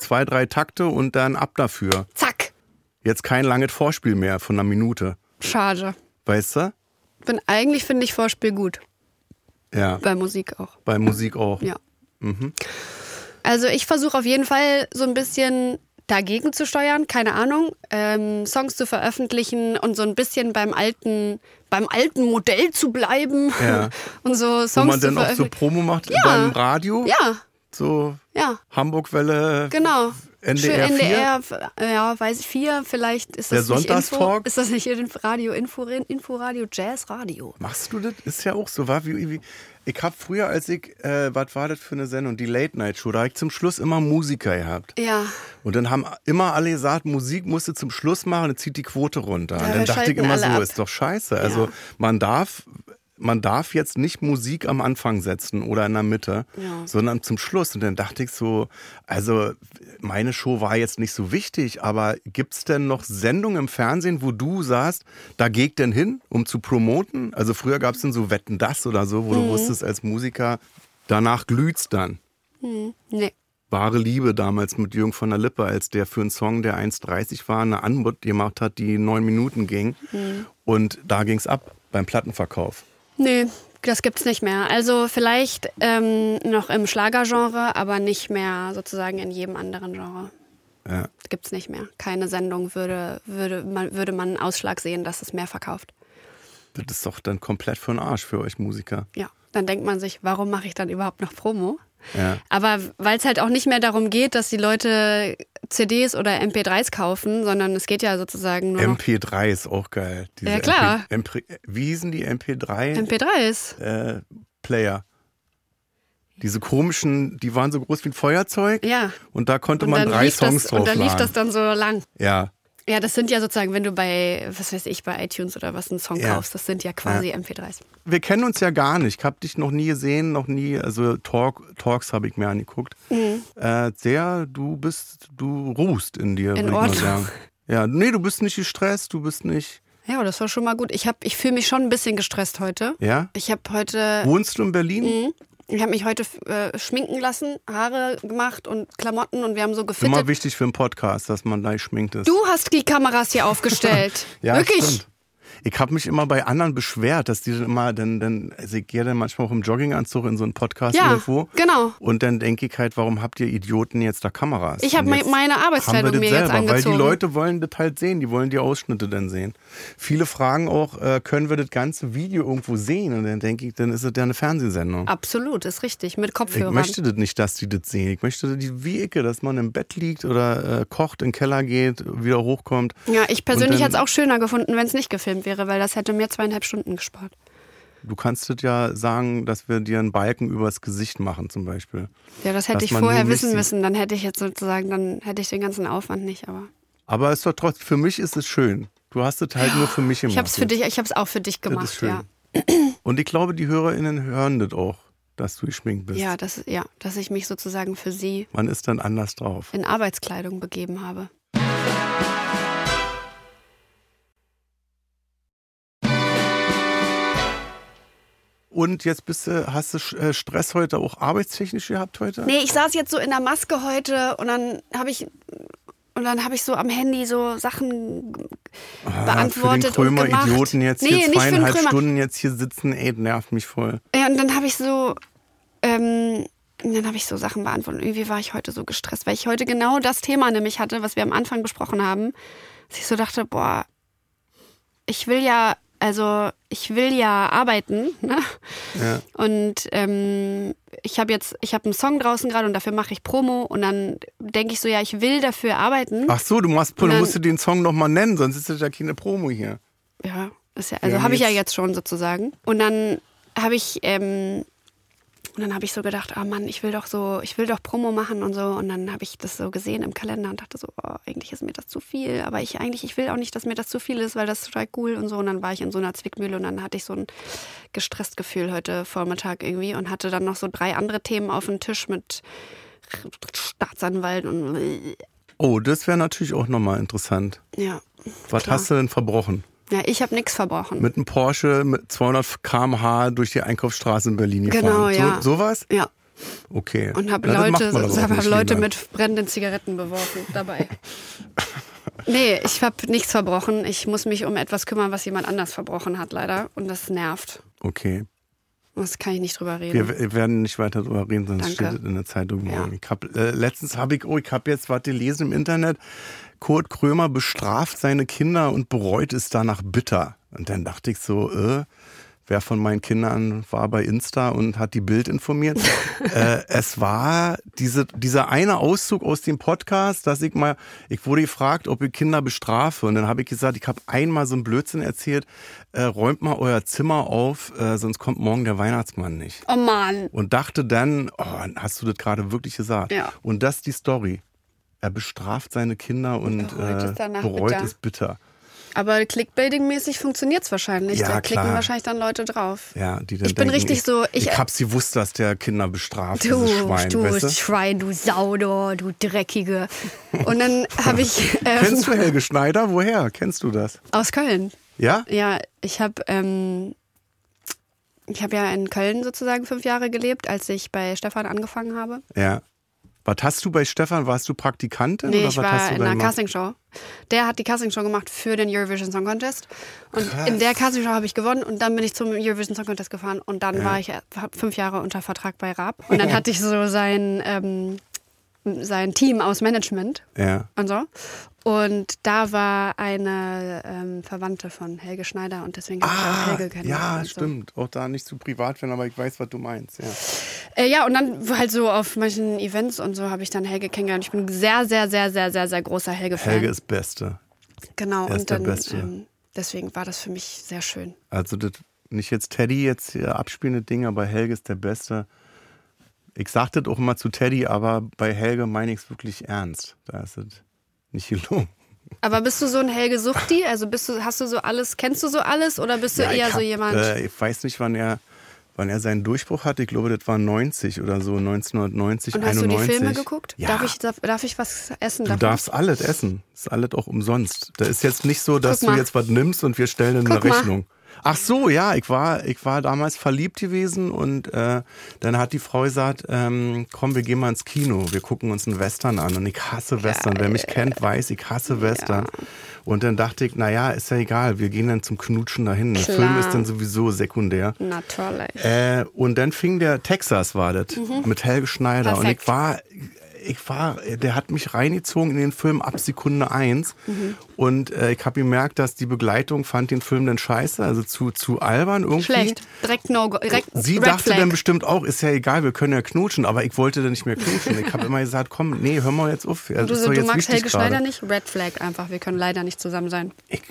Speaker 2: zwei, drei Takte und dann ab dafür.
Speaker 3: Zack.
Speaker 2: Jetzt kein langes Vorspiel mehr von einer Minute.
Speaker 3: Schade.
Speaker 2: Weißt du?
Speaker 3: Bin, eigentlich finde ich Vorspiel gut.
Speaker 2: Ja.
Speaker 3: Bei Musik auch.
Speaker 2: Bei Musik auch.
Speaker 3: Ja.
Speaker 2: Mhm.
Speaker 3: Also ich versuche auf jeden Fall so ein bisschen dagegen zu steuern, keine Ahnung, ähm, Songs zu veröffentlichen und so ein bisschen beim alten, beim alten Modell zu bleiben
Speaker 2: Ja.
Speaker 3: und so
Speaker 2: Wo
Speaker 3: Songs
Speaker 2: man
Speaker 3: zu
Speaker 2: dann auch so
Speaker 3: veröffentlichen.
Speaker 2: Promo macht beim Radio.
Speaker 3: ja,
Speaker 2: So
Speaker 3: ja,
Speaker 2: Hamburg-Welle.
Speaker 3: genau.
Speaker 2: NDR
Speaker 3: Schön
Speaker 2: 4?
Speaker 3: NDR, ja, weiß ich, vier, vielleicht ist
Speaker 2: Der
Speaker 3: das nicht Info,
Speaker 2: Sonntagstalk?
Speaker 3: ist das nicht Radio, Info, Info Radio, Jazz Radio.
Speaker 2: Machst du das? Ist ja auch so, war wie, wie ich habe früher, als ich, äh, was war das für eine Sendung? Die Late-Night-Show, da habe ich zum Schluss immer Musiker gehabt.
Speaker 3: Ja,
Speaker 2: Und dann haben immer alle gesagt, Musik musst du zum Schluss machen, dann zieht die Quote runter.
Speaker 3: Ja,
Speaker 2: und
Speaker 3: wir
Speaker 2: dann dachte ich
Speaker 3: schalten
Speaker 2: immer so,
Speaker 3: alle ab.
Speaker 2: ist doch scheiße. Also
Speaker 3: Ja.
Speaker 2: man darf. Man darf jetzt nicht Musik am Anfang setzen oder in der Mitte,
Speaker 3: Ja.
Speaker 2: sondern zum Schluss. Und dann dachte ich so, also meine Show war jetzt nicht so wichtig, aber gibt es denn noch Sendungen im Fernsehen, wo du sagst, da geh ich denn hin, um zu promoten? Also früher gab es dann so Wetten das oder so,
Speaker 3: Mhm.
Speaker 2: wo du wusstest als Musiker, danach glüht's dann.
Speaker 3: nee.
Speaker 2: Wahre Liebe damals mit Jürgen von der Lippe, als der für einen Song, der 1,30 war, eine Anmut gemacht hat, die neun Minuten ging.
Speaker 3: Mhm.
Speaker 2: Und da ging's ab beim Plattenverkauf.
Speaker 3: Nee, das gibt's nicht mehr. Also vielleicht ähm, noch im Schlagergenre, aber nicht mehr sozusagen in jedem anderen Genre.
Speaker 2: Ja.
Speaker 3: Gibt's nicht mehr. Keine Sendung würde, würde, man, würde man einen Ausschlag sehen, dass es mehr verkauft.
Speaker 2: Das ist doch dann komplett für den Arsch für euch Musiker.
Speaker 3: Ja. Dann denkt man sich, warum mache ich dann überhaupt noch Promo?
Speaker 2: Ja.
Speaker 3: Aber weil es halt auch nicht mehr darum geht, dass die Leute CDs oder MP3s kaufen, sondern es geht ja sozusagen nur noch
Speaker 2: MP3 ist auch geil. Diese
Speaker 3: Ja, klar.
Speaker 2: MP, MP, wie hießen die MP3-Player?
Speaker 3: MP3s.
Speaker 2: äh, Diese komischen, die waren so groß wie ein Feuerzeug.
Speaker 3: Ja.
Speaker 2: Und da konnte man drei
Speaker 3: lief
Speaker 2: Songs
Speaker 3: das, und dann lief
Speaker 2: draufladen.
Speaker 3: das dann so lang.
Speaker 2: ja.
Speaker 3: Ja, das sind ja sozusagen, wenn du bei, was weiß ich, bei iTunes oder was einen Song
Speaker 2: Ja.
Speaker 3: kaufst, das sind ja quasi MP3s.
Speaker 2: wir kennen uns ja gar nicht. Ich habe dich noch nie gesehen, noch nie. Also Talk, Talks habe ich mir angeguckt.
Speaker 3: Mhm.
Speaker 2: Äh, sehr, du bist, du ruhst in dir,
Speaker 3: In
Speaker 2: würde ich mal
Speaker 3: Ordnung.
Speaker 2: sagen. Ja, nee, du bist nicht gestresst, du bist nicht.
Speaker 3: Ja, das war schon mal gut. Ich, hab- ich fühle mich schon ein bisschen gestresst heute.
Speaker 2: Ja?
Speaker 3: Ich habe heute
Speaker 2: Wohnst du in
Speaker 3: Mhm.
Speaker 2: Berlin?
Speaker 3: Ich habe mich heute äh, schminken lassen, Haare gemacht und Klamotten und wir haben so
Speaker 2: Immer
Speaker 3: gefittet.
Speaker 2: wichtig für einen Podcast, dass man leicht schminkt ist.
Speaker 3: Du hast die Kameras hier aufgestellt.
Speaker 2: Ja,
Speaker 3: Wirklich.
Speaker 2: stimmt. Ich habe mich immer bei anderen beschwert, dass die dann immer, dann, dann, also ich gehe dann manchmal auch im Jogginganzug in so einen Podcast
Speaker 3: Ja,
Speaker 2: irgendwo.
Speaker 3: genau.
Speaker 2: Und dann denke ich halt, warum habt ihr Idioten jetzt da Kameras?
Speaker 3: Ich hab
Speaker 2: Und
Speaker 3: me-
Speaker 2: jetzt
Speaker 3: meine Arbeitskleidung
Speaker 2: haben wir das
Speaker 3: mir jetzt
Speaker 2: selber, Weil
Speaker 3: angezogen.
Speaker 2: die Leute wollen das halt sehen, die wollen die Ausschnitte dann sehen. Viele fragen auch, äh, können wir das ganze Video irgendwo sehen? Und dann denke ich, dann ist das ja eine Fernsehsendung.
Speaker 3: Absolut, ist richtig. Mit
Speaker 2: Ich
Speaker 3: Kopfhörern.
Speaker 2: möchte das nicht, dass die das sehen. Ich möchte die wie Icke, dass man im Bett liegt oder äh, kocht, in den Keller geht, wieder hochkommt.
Speaker 3: ja, ich persönlich
Speaker 2: Und
Speaker 3: hätte
Speaker 2: dann-
Speaker 3: es auch schöner gefunden, wenn es nicht gefilmt wäre, weil das hätte mir zweieinhalb Stunden gespart.
Speaker 2: Du kannst das ja sagen, dass wir dir einen Balken übers Gesicht machen, zum Beispiel.
Speaker 3: Ja, das hätte
Speaker 2: Dass
Speaker 3: ich
Speaker 2: man
Speaker 3: vorher
Speaker 2: nur mich
Speaker 3: wissen
Speaker 2: sieht.
Speaker 3: müssen. Dann hätte ich jetzt sozusagen, dann hätte ich den ganzen Aufwand nicht. Aber
Speaker 2: Aber es war trotzdem, für mich ist es schön. Du hast es halt nur für mich gemacht.
Speaker 3: ich habe es für dich, ich habe es auch für dich
Speaker 2: Das
Speaker 3: gemacht.
Speaker 2: ist schön.
Speaker 3: Ja,
Speaker 2: Und ich glaube, die HörerInnen hören das auch, dass du geschminkt bist.
Speaker 3: ja, das, ja, dass ich mich sozusagen für sie
Speaker 2: Man ist dann anders drauf.
Speaker 3: in Arbeitskleidung begeben habe.
Speaker 2: Und jetzt bist du, hast du äh, Stress heute auch arbeitstechnisch gehabt heute?
Speaker 3: Nee, ich saß jetzt so in der Maske heute und dann habe ich und dann habe ich so am Handy so Sachen g- beantwortet
Speaker 2: Ah, Für den Krömer
Speaker 3: und gemacht.
Speaker 2: Idioten jetzt
Speaker 3: nee,
Speaker 2: hier
Speaker 3: nicht für den
Speaker 2: zweieinhalb
Speaker 3: Krömer.
Speaker 2: Stunden jetzt hier sitzen, ey, nervt mich voll.
Speaker 3: Ja, und dann habe ich so ähm, und dann habe ich so Sachen beantwortet. Irgendwie war ich heute so gestresst, weil ich heute genau das Thema nämlich hatte, was wir am Anfang besprochen haben, dass ich so dachte, boah, ich will ja, also ich will ja arbeiten, ne?
Speaker 2: Ja.
Speaker 3: Und ähm, ich habe jetzt, ich habe einen Song draußen gerade und dafür mache ich Promo und dann denke ich so, ja, ich will dafür arbeiten.
Speaker 2: Ach so, du, machst, du
Speaker 3: dann-
Speaker 2: musst du den Song nochmal nennen, sonst ist das ja keine Promo hier.
Speaker 3: Ja, ist ja,
Speaker 2: Wir
Speaker 3: also
Speaker 2: haben
Speaker 3: habe ich ja
Speaker 2: jetzt-
Speaker 3: jetzt schon sozusagen. Und dann habe ich, ähm, und dann habe ich so gedacht, ah Mann, ich will doch so, ich will doch Promo machen und so. Und dann habe ich das so gesehen im Kalender und dachte so, oh, eigentlich ist mir das zu viel. Aber ich eigentlich, ich will auch nicht, dass mir das zu viel ist, weil das ist total cool und so. Und dann war ich in so einer Zwickmühle und dann hatte ich so ein gestresst Gefühl heute Vormittag irgendwie und hatte dann noch so drei andere Themen auf dem Tisch mit Staatsanwalt und
Speaker 2: Oh, das wäre natürlich auch nochmal interessant.
Speaker 3: ja.
Speaker 2: Was
Speaker 3: Klar.
Speaker 2: hast du denn verbrochen?
Speaker 3: Ja, ich habe nichts verbrochen.
Speaker 2: Mit einem Porsche mit 200 km/h durch die Einkaufsstraße in Berlin gefahren.
Speaker 3: Genau, ja.
Speaker 2: So, sowas?
Speaker 3: ja,
Speaker 2: Okay.
Speaker 3: Und habe
Speaker 2: Na, das
Speaker 3: Leute,
Speaker 2: macht man aber auch
Speaker 3: hab
Speaker 2: nicht
Speaker 3: Leute
Speaker 2: lieber.
Speaker 3: mit brennenden Zigaretten beworfen dabei. nee, ich habe nichts verbrochen. Ich muss mich um etwas kümmern, was jemand anders verbrochen hat, leider. Und das nervt.
Speaker 2: Okay.
Speaker 3: Und Das kann ich nicht drüber reden.
Speaker 2: Wir w- werden nicht weiter drüber reden, sonst
Speaker 3: Danke.
Speaker 2: steht es in der Zeitung
Speaker 3: Ja.
Speaker 2: morgen. Ich hab, äh, letztens habe ich, oh, ich habe jetzt was gelesen im Internet. Kurt Krömer bestraft seine Kinder und bereut es danach bitter. Und dann dachte ich so, äh, wer von meinen Kindern war bei Insta und hat die Bild informiert? äh, es war diese, dieser eine Auszug aus dem Podcast, dass ich mal, ich wurde gefragt, ob ich Kinder bestrafe. Und dann habe ich gesagt, ich habe einmal so einen Blödsinn erzählt, äh, räumt mal euer Zimmer auf, äh, sonst kommt morgen der Weihnachtsmann nicht
Speaker 3: oh Mann.
Speaker 2: und dachte dann, oh, hast du das gerade wirklich gesagt?
Speaker 3: Ja.
Speaker 2: Und das ist die Story. Er bestraft seine Kinder und
Speaker 3: Bereut es
Speaker 2: äh,
Speaker 3: danach
Speaker 2: bereut
Speaker 3: bitter.
Speaker 2: es bitter.
Speaker 3: Aber Clickbaiting-mäßig funktioniert es wahrscheinlich.
Speaker 2: Ja,
Speaker 3: da klicken
Speaker 2: klar.
Speaker 3: wahrscheinlich dann Leute drauf.
Speaker 2: Ja, die dann
Speaker 3: Ich bin
Speaker 2: denken,
Speaker 3: richtig
Speaker 2: ich,
Speaker 3: so,
Speaker 2: Ich,
Speaker 3: ich- äh,
Speaker 2: hab's gewusst, dass der Kinder bestraft,
Speaker 3: Du,
Speaker 2: dieses Schwein.
Speaker 3: du
Speaker 2: weißt du?
Speaker 3: Schwein, du Sau, du du Dreckige. Und dann habe ich ähm,
Speaker 2: Kennst du Helge Schneider? Woher? Kennst du das?
Speaker 3: aus Köln
Speaker 2: Ja?
Speaker 3: Ja, ich habe ähm, ich habe ja in Köln sozusagen fünf Jahre gelebt, als ich bei Stefan angefangen habe.
Speaker 2: Ja. Was hast du bei Stefan? Warst du Praktikantin?
Speaker 3: Nee,
Speaker 2: oder
Speaker 3: ich
Speaker 2: was hast
Speaker 3: war
Speaker 2: du
Speaker 3: in
Speaker 2: da
Speaker 3: einer
Speaker 2: gemacht?
Speaker 3: Castingshow. Der hat die Castingshow gemacht für den Eurovision Song Contest. Und in der Castingshow habe ich gewonnen und dann bin ich zum Eurovision Song Contest gefahren und dann war ich äh, hab fünf Jahre unter Vertrag bei Raab. Und dann hatte ich so sein, ähm, sein Team aus Management
Speaker 2: Ja.
Speaker 3: und so. Und da war eine ähm, Verwandte von Helge Schneider und deswegen habe ich auch
Speaker 2: Ah,
Speaker 3: Helge kennengelernt.
Speaker 2: ja,
Speaker 3: und so.
Speaker 2: stimmt. Auch da nicht zu privat werden, aber ich weiß, was du meinst. Ja.
Speaker 3: Äh, ja, und dann halt so auf manchen Events und so habe ich dann Helge kennengelernt. Ich bin sehr, sehr, sehr, sehr, sehr, sehr großer Helge-Fan.
Speaker 2: Helge ist Beste.
Speaker 3: genau.
Speaker 2: er ist
Speaker 3: und
Speaker 2: der
Speaker 3: dann,
Speaker 2: Beste.
Speaker 3: Ähm, deswegen war das für mich sehr schön.
Speaker 2: Also das, nicht jetzt Teddy jetzt hier abspielende Ding, aber Helge ist der Beste. Ich sag das auch immer zu Teddy, aber bei Helge meine ich es wirklich ernst. Da ist es nicht gelungen.
Speaker 3: Aber bist du so ein Helge-Suchti? Also bist du, hast du so alles, kennst du so alles oder bist du
Speaker 2: Ja,
Speaker 3: eher
Speaker 2: ich
Speaker 3: so
Speaker 2: hab,
Speaker 3: jemand?
Speaker 2: Äh, ich weiß nicht, wann er wann er seinen Durchbruch hatte, ich glaube, das war 90 oder so, 1990,
Speaker 3: Und hast
Speaker 2: 91.
Speaker 3: du die Filme geguckt?
Speaker 2: Ja.
Speaker 3: Darf, ich, darf, darf ich was essen?
Speaker 2: Du darfst alles essen. Ist alles auch umsonst. Da ist jetzt nicht so, dass
Speaker 3: Guck
Speaker 2: du
Speaker 3: mal.
Speaker 2: jetzt was nimmst und wir stellen eine
Speaker 3: Guck mal.
Speaker 2: Rechnung. Ach so, ja, ich war, ich war damals verliebt gewesen und äh, dann hat die Frau gesagt, ähm, komm, wir gehen mal ins Kino, wir gucken uns einen Western an und ich hasse Western. Wer mich kennt, weiß, ich hasse Western. Und dann dachte ich, naja, ist ja egal, wir gehen dann zum Knutschen dahin. Der
Speaker 3: Klar.
Speaker 2: Film ist dann sowieso sekundär.
Speaker 3: Natürlich.
Speaker 2: Äh, und dann fing der Texas war das mit Helge Schneider und ich
Speaker 3: Mhm. Perfekt.
Speaker 2: war ich war der hat mich reingezogen in den Film ab Sekunde eins
Speaker 3: Mhm.
Speaker 2: und äh, ich habe gemerkt, dass die Begleitung fand den Film dann scheiße, also zu zu albern irgendwie.
Speaker 3: Schlecht. Direkt no go. Direkt
Speaker 2: Sie
Speaker 3: Red
Speaker 2: dachte
Speaker 3: Flag.
Speaker 2: dann bestimmt auch, ist ja egal, wir können ja knutschen, aber ich wollte dann nicht mehr knutschen. Ich habe immer gesagt, komm, nee, hör mal jetzt auf.
Speaker 3: Du,
Speaker 2: das ist
Speaker 3: so,
Speaker 2: doch
Speaker 3: du
Speaker 2: jetzt
Speaker 3: magst
Speaker 2: wichtig
Speaker 3: Helge Schneider
Speaker 2: gerade.
Speaker 3: nicht? Red Flag einfach. Wir können leider nicht zusammen sein.
Speaker 2: Ich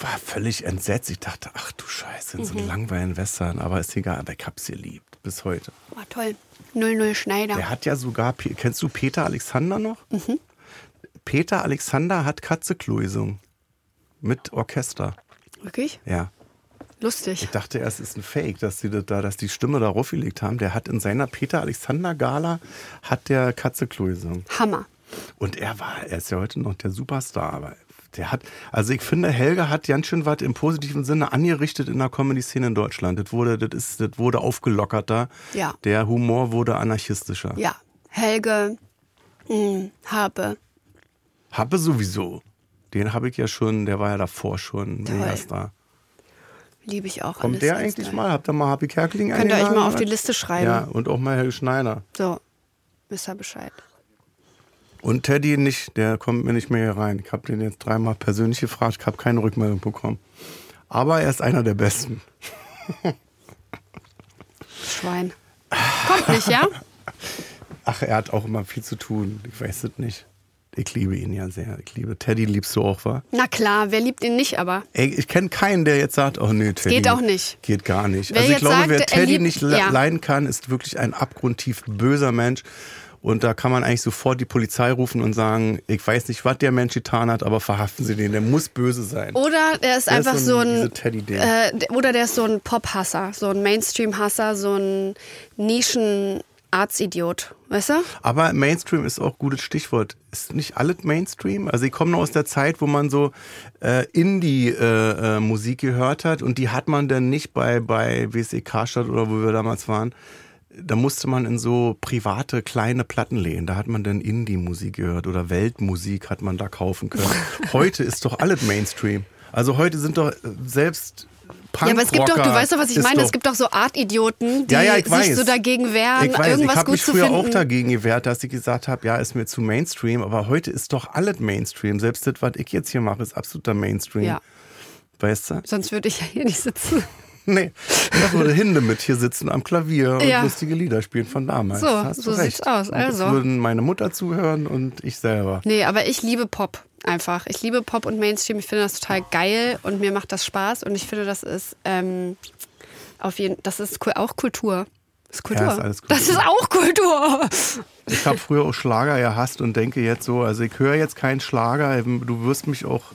Speaker 2: war völlig entsetzt. Ich dachte, ach du Scheiße, in so
Speaker 3: Mhm.
Speaker 2: einem langweiligen Western, aber ist egal, aber ich hab's geliebt bis heute.
Speaker 3: Boah, toll. 00 Schneider.
Speaker 2: Der hat ja sogar, Pe- kennst du Peter Alexander noch?
Speaker 3: Mhm.
Speaker 2: Peter Alexander hat Katzeklo gesungen. Mit Orchester.
Speaker 3: Wirklich?
Speaker 2: Ja.
Speaker 3: Lustig.
Speaker 2: Ich dachte erst, es ist ein Fake, dass die, das da, dass die Stimme darauf gelegt haben. Der hat in seiner Peter Alexander Gala hat der Katzeklo gesungen.
Speaker 3: Hammer.
Speaker 2: Und er war, er ist ja heute noch der Superstar, aber der hat, also ich finde, Helge hat ganz schön was im positiven Sinne angerichtet in der Comedy-Szene in Deutschland. Das wurde, das ist, das wurde aufgelockerter.
Speaker 3: Ja.
Speaker 2: Der Humor wurde anarchistischer.
Speaker 3: Ja. Helge. Hm, habe.
Speaker 2: Habe sowieso. Den habe ich ja schon, der war ja davor schon
Speaker 3: Toll.
Speaker 2: Megastar.
Speaker 3: Liebe ich auch.
Speaker 2: Kommt
Speaker 3: alles
Speaker 2: der
Speaker 3: ganz
Speaker 2: eigentlich
Speaker 3: doll.
Speaker 2: mal? Habt ihr mal Happy Kerkeling
Speaker 3: Könnt ihr euch
Speaker 2: eingeladen?
Speaker 3: mal auf die Liste schreiben.
Speaker 2: Ja, und auch mal Helge Schneider.
Speaker 3: So. Wisst ihr Bescheid.
Speaker 2: Und Teddy nicht, der kommt mir nicht mehr hier rein. Ich habe den jetzt dreimal persönlich gefragt, ich habe keine Rückmeldung bekommen. Aber er ist einer der Besten.
Speaker 3: Schwein. Kommt nicht, ja?
Speaker 2: Ach, er hat auch immer viel zu tun. Ich weiß es nicht. Ich liebe ihn ja sehr. Ich liebe Teddy, liebst du auch, wa?
Speaker 3: Na klar, wer liebt ihn nicht, aber.
Speaker 2: Ey, ich kenne keinen, der jetzt sagt, oh nee, Teddy.
Speaker 3: geht auch nicht.
Speaker 2: Geht gar nicht.
Speaker 3: Wer
Speaker 2: also ich
Speaker 3: jetzt
Speaker 2: glaube,
Speaker 3: sagt,
Speaker 2: wer
Speaker 3: er
Speaker 2: Teddy
Speaker 3: liebt-
Speaker 2: nicht le-
Speaker 3: ja.
Speaker 2: leiden kann, ist wirklich ein abgrundtief böser Mensch. Und da kann man eigentlich sofort die Polizei rufen und sagen, ich weiß nicht, was der Mensch getan hat, aber verhaften Sie den, der muss böse sein.
Speaker 3: Oder der ist
Speaker 2: Der ist
Speaker 3: einfach
Speaker 2: so
Speaker 3: so
Speaker 2: ein-
Speaker 3: ein.
Speaker 2: diese Teddy-Ding.
Speaker 3: äh, d- oder der ist so ein Pop-Hasser, so ein Mainstream-Hasser, so ein Nischen-Arts-Idiot. Weißt du?
Speaker 2: Aber Mainstream ist auch ein gutes Stichwort. Ist nicht alles Mainstream? Also ich komme noch aus der Zeit, wo man so äh, Indie-Musik gehört hat und die hat man dann nicht bei, bei WSE Karstadt oder wo wir damals waren. Da musste man in so private kleine Platten lehnen. Da hat man dann Indie-Musik gehört oder Weltmusik hat man da kaufen können. heute ist doch alles Mainstream. Also heute sind doch äh, selbst Punk
Speaker 3: Ja, aber es gibt doch, du weißt doch, was ich meine. Es gibt doch so Art-Idioten, die
Speaker 2: ja, ja, ich
Speaker 3: sich
Speaker 2: weiß.
Speaker 3: so dagegen wehren,
Speaker 2: ich weiß.
Speaker 3: Ähm, irgendwas
Speaker 2: ich habe
Speaker 3: gut
Speaker 2: mich
Speaker 3: zu
Speaker 2: früher
Speaker 3: finden.
Speaker 2: auch dagegen gewehrt, dass ich gesagt habe, ja, ist mir zu Mainstream, aber heute ist doch alles Mainstream. Selbst das, was ich jetzt hier mache, ist absoluter Mainstream.
Speaker 3: Ja.
Speaker 2: Weißt du?
Speaker 3: Sonst würde ich ja hier nicht sitzen.
Speaker 2: Nee. Da würde hin damit hier sitzen am Klavier und
Speaker 3: Ja.
Speaker 2: lustige Lieder spielen von damals.
Speaker 3: So,
Speaker 2: Hast du
Speaker 3: so
Speaker 2: recht.
Speaker 3: sieht's aus,
Speaker 2: Und jetzt
Speaker 3: also.
Speaker 2: würden meine Mutter zuhören und ich selber.
Speaker 3: Nee, aber ich liebe Pop einfach. Ich liebe Pop und Mainstream. Ich finde das total geil und mir macht das Spaß. Und ich finde, das ist ähm, auf jeden das ist Kul- auch Kultur. Das ist Kultur.
Speaker 2: Ja, ist alles Kultur.
Speaker 3: Das ist auch Kultur.
Speaker 2: Ich habe früher auch Schlager gehasst und denke jetzt so, also ich höre jetzt keinen Schlager, du wirst mich auch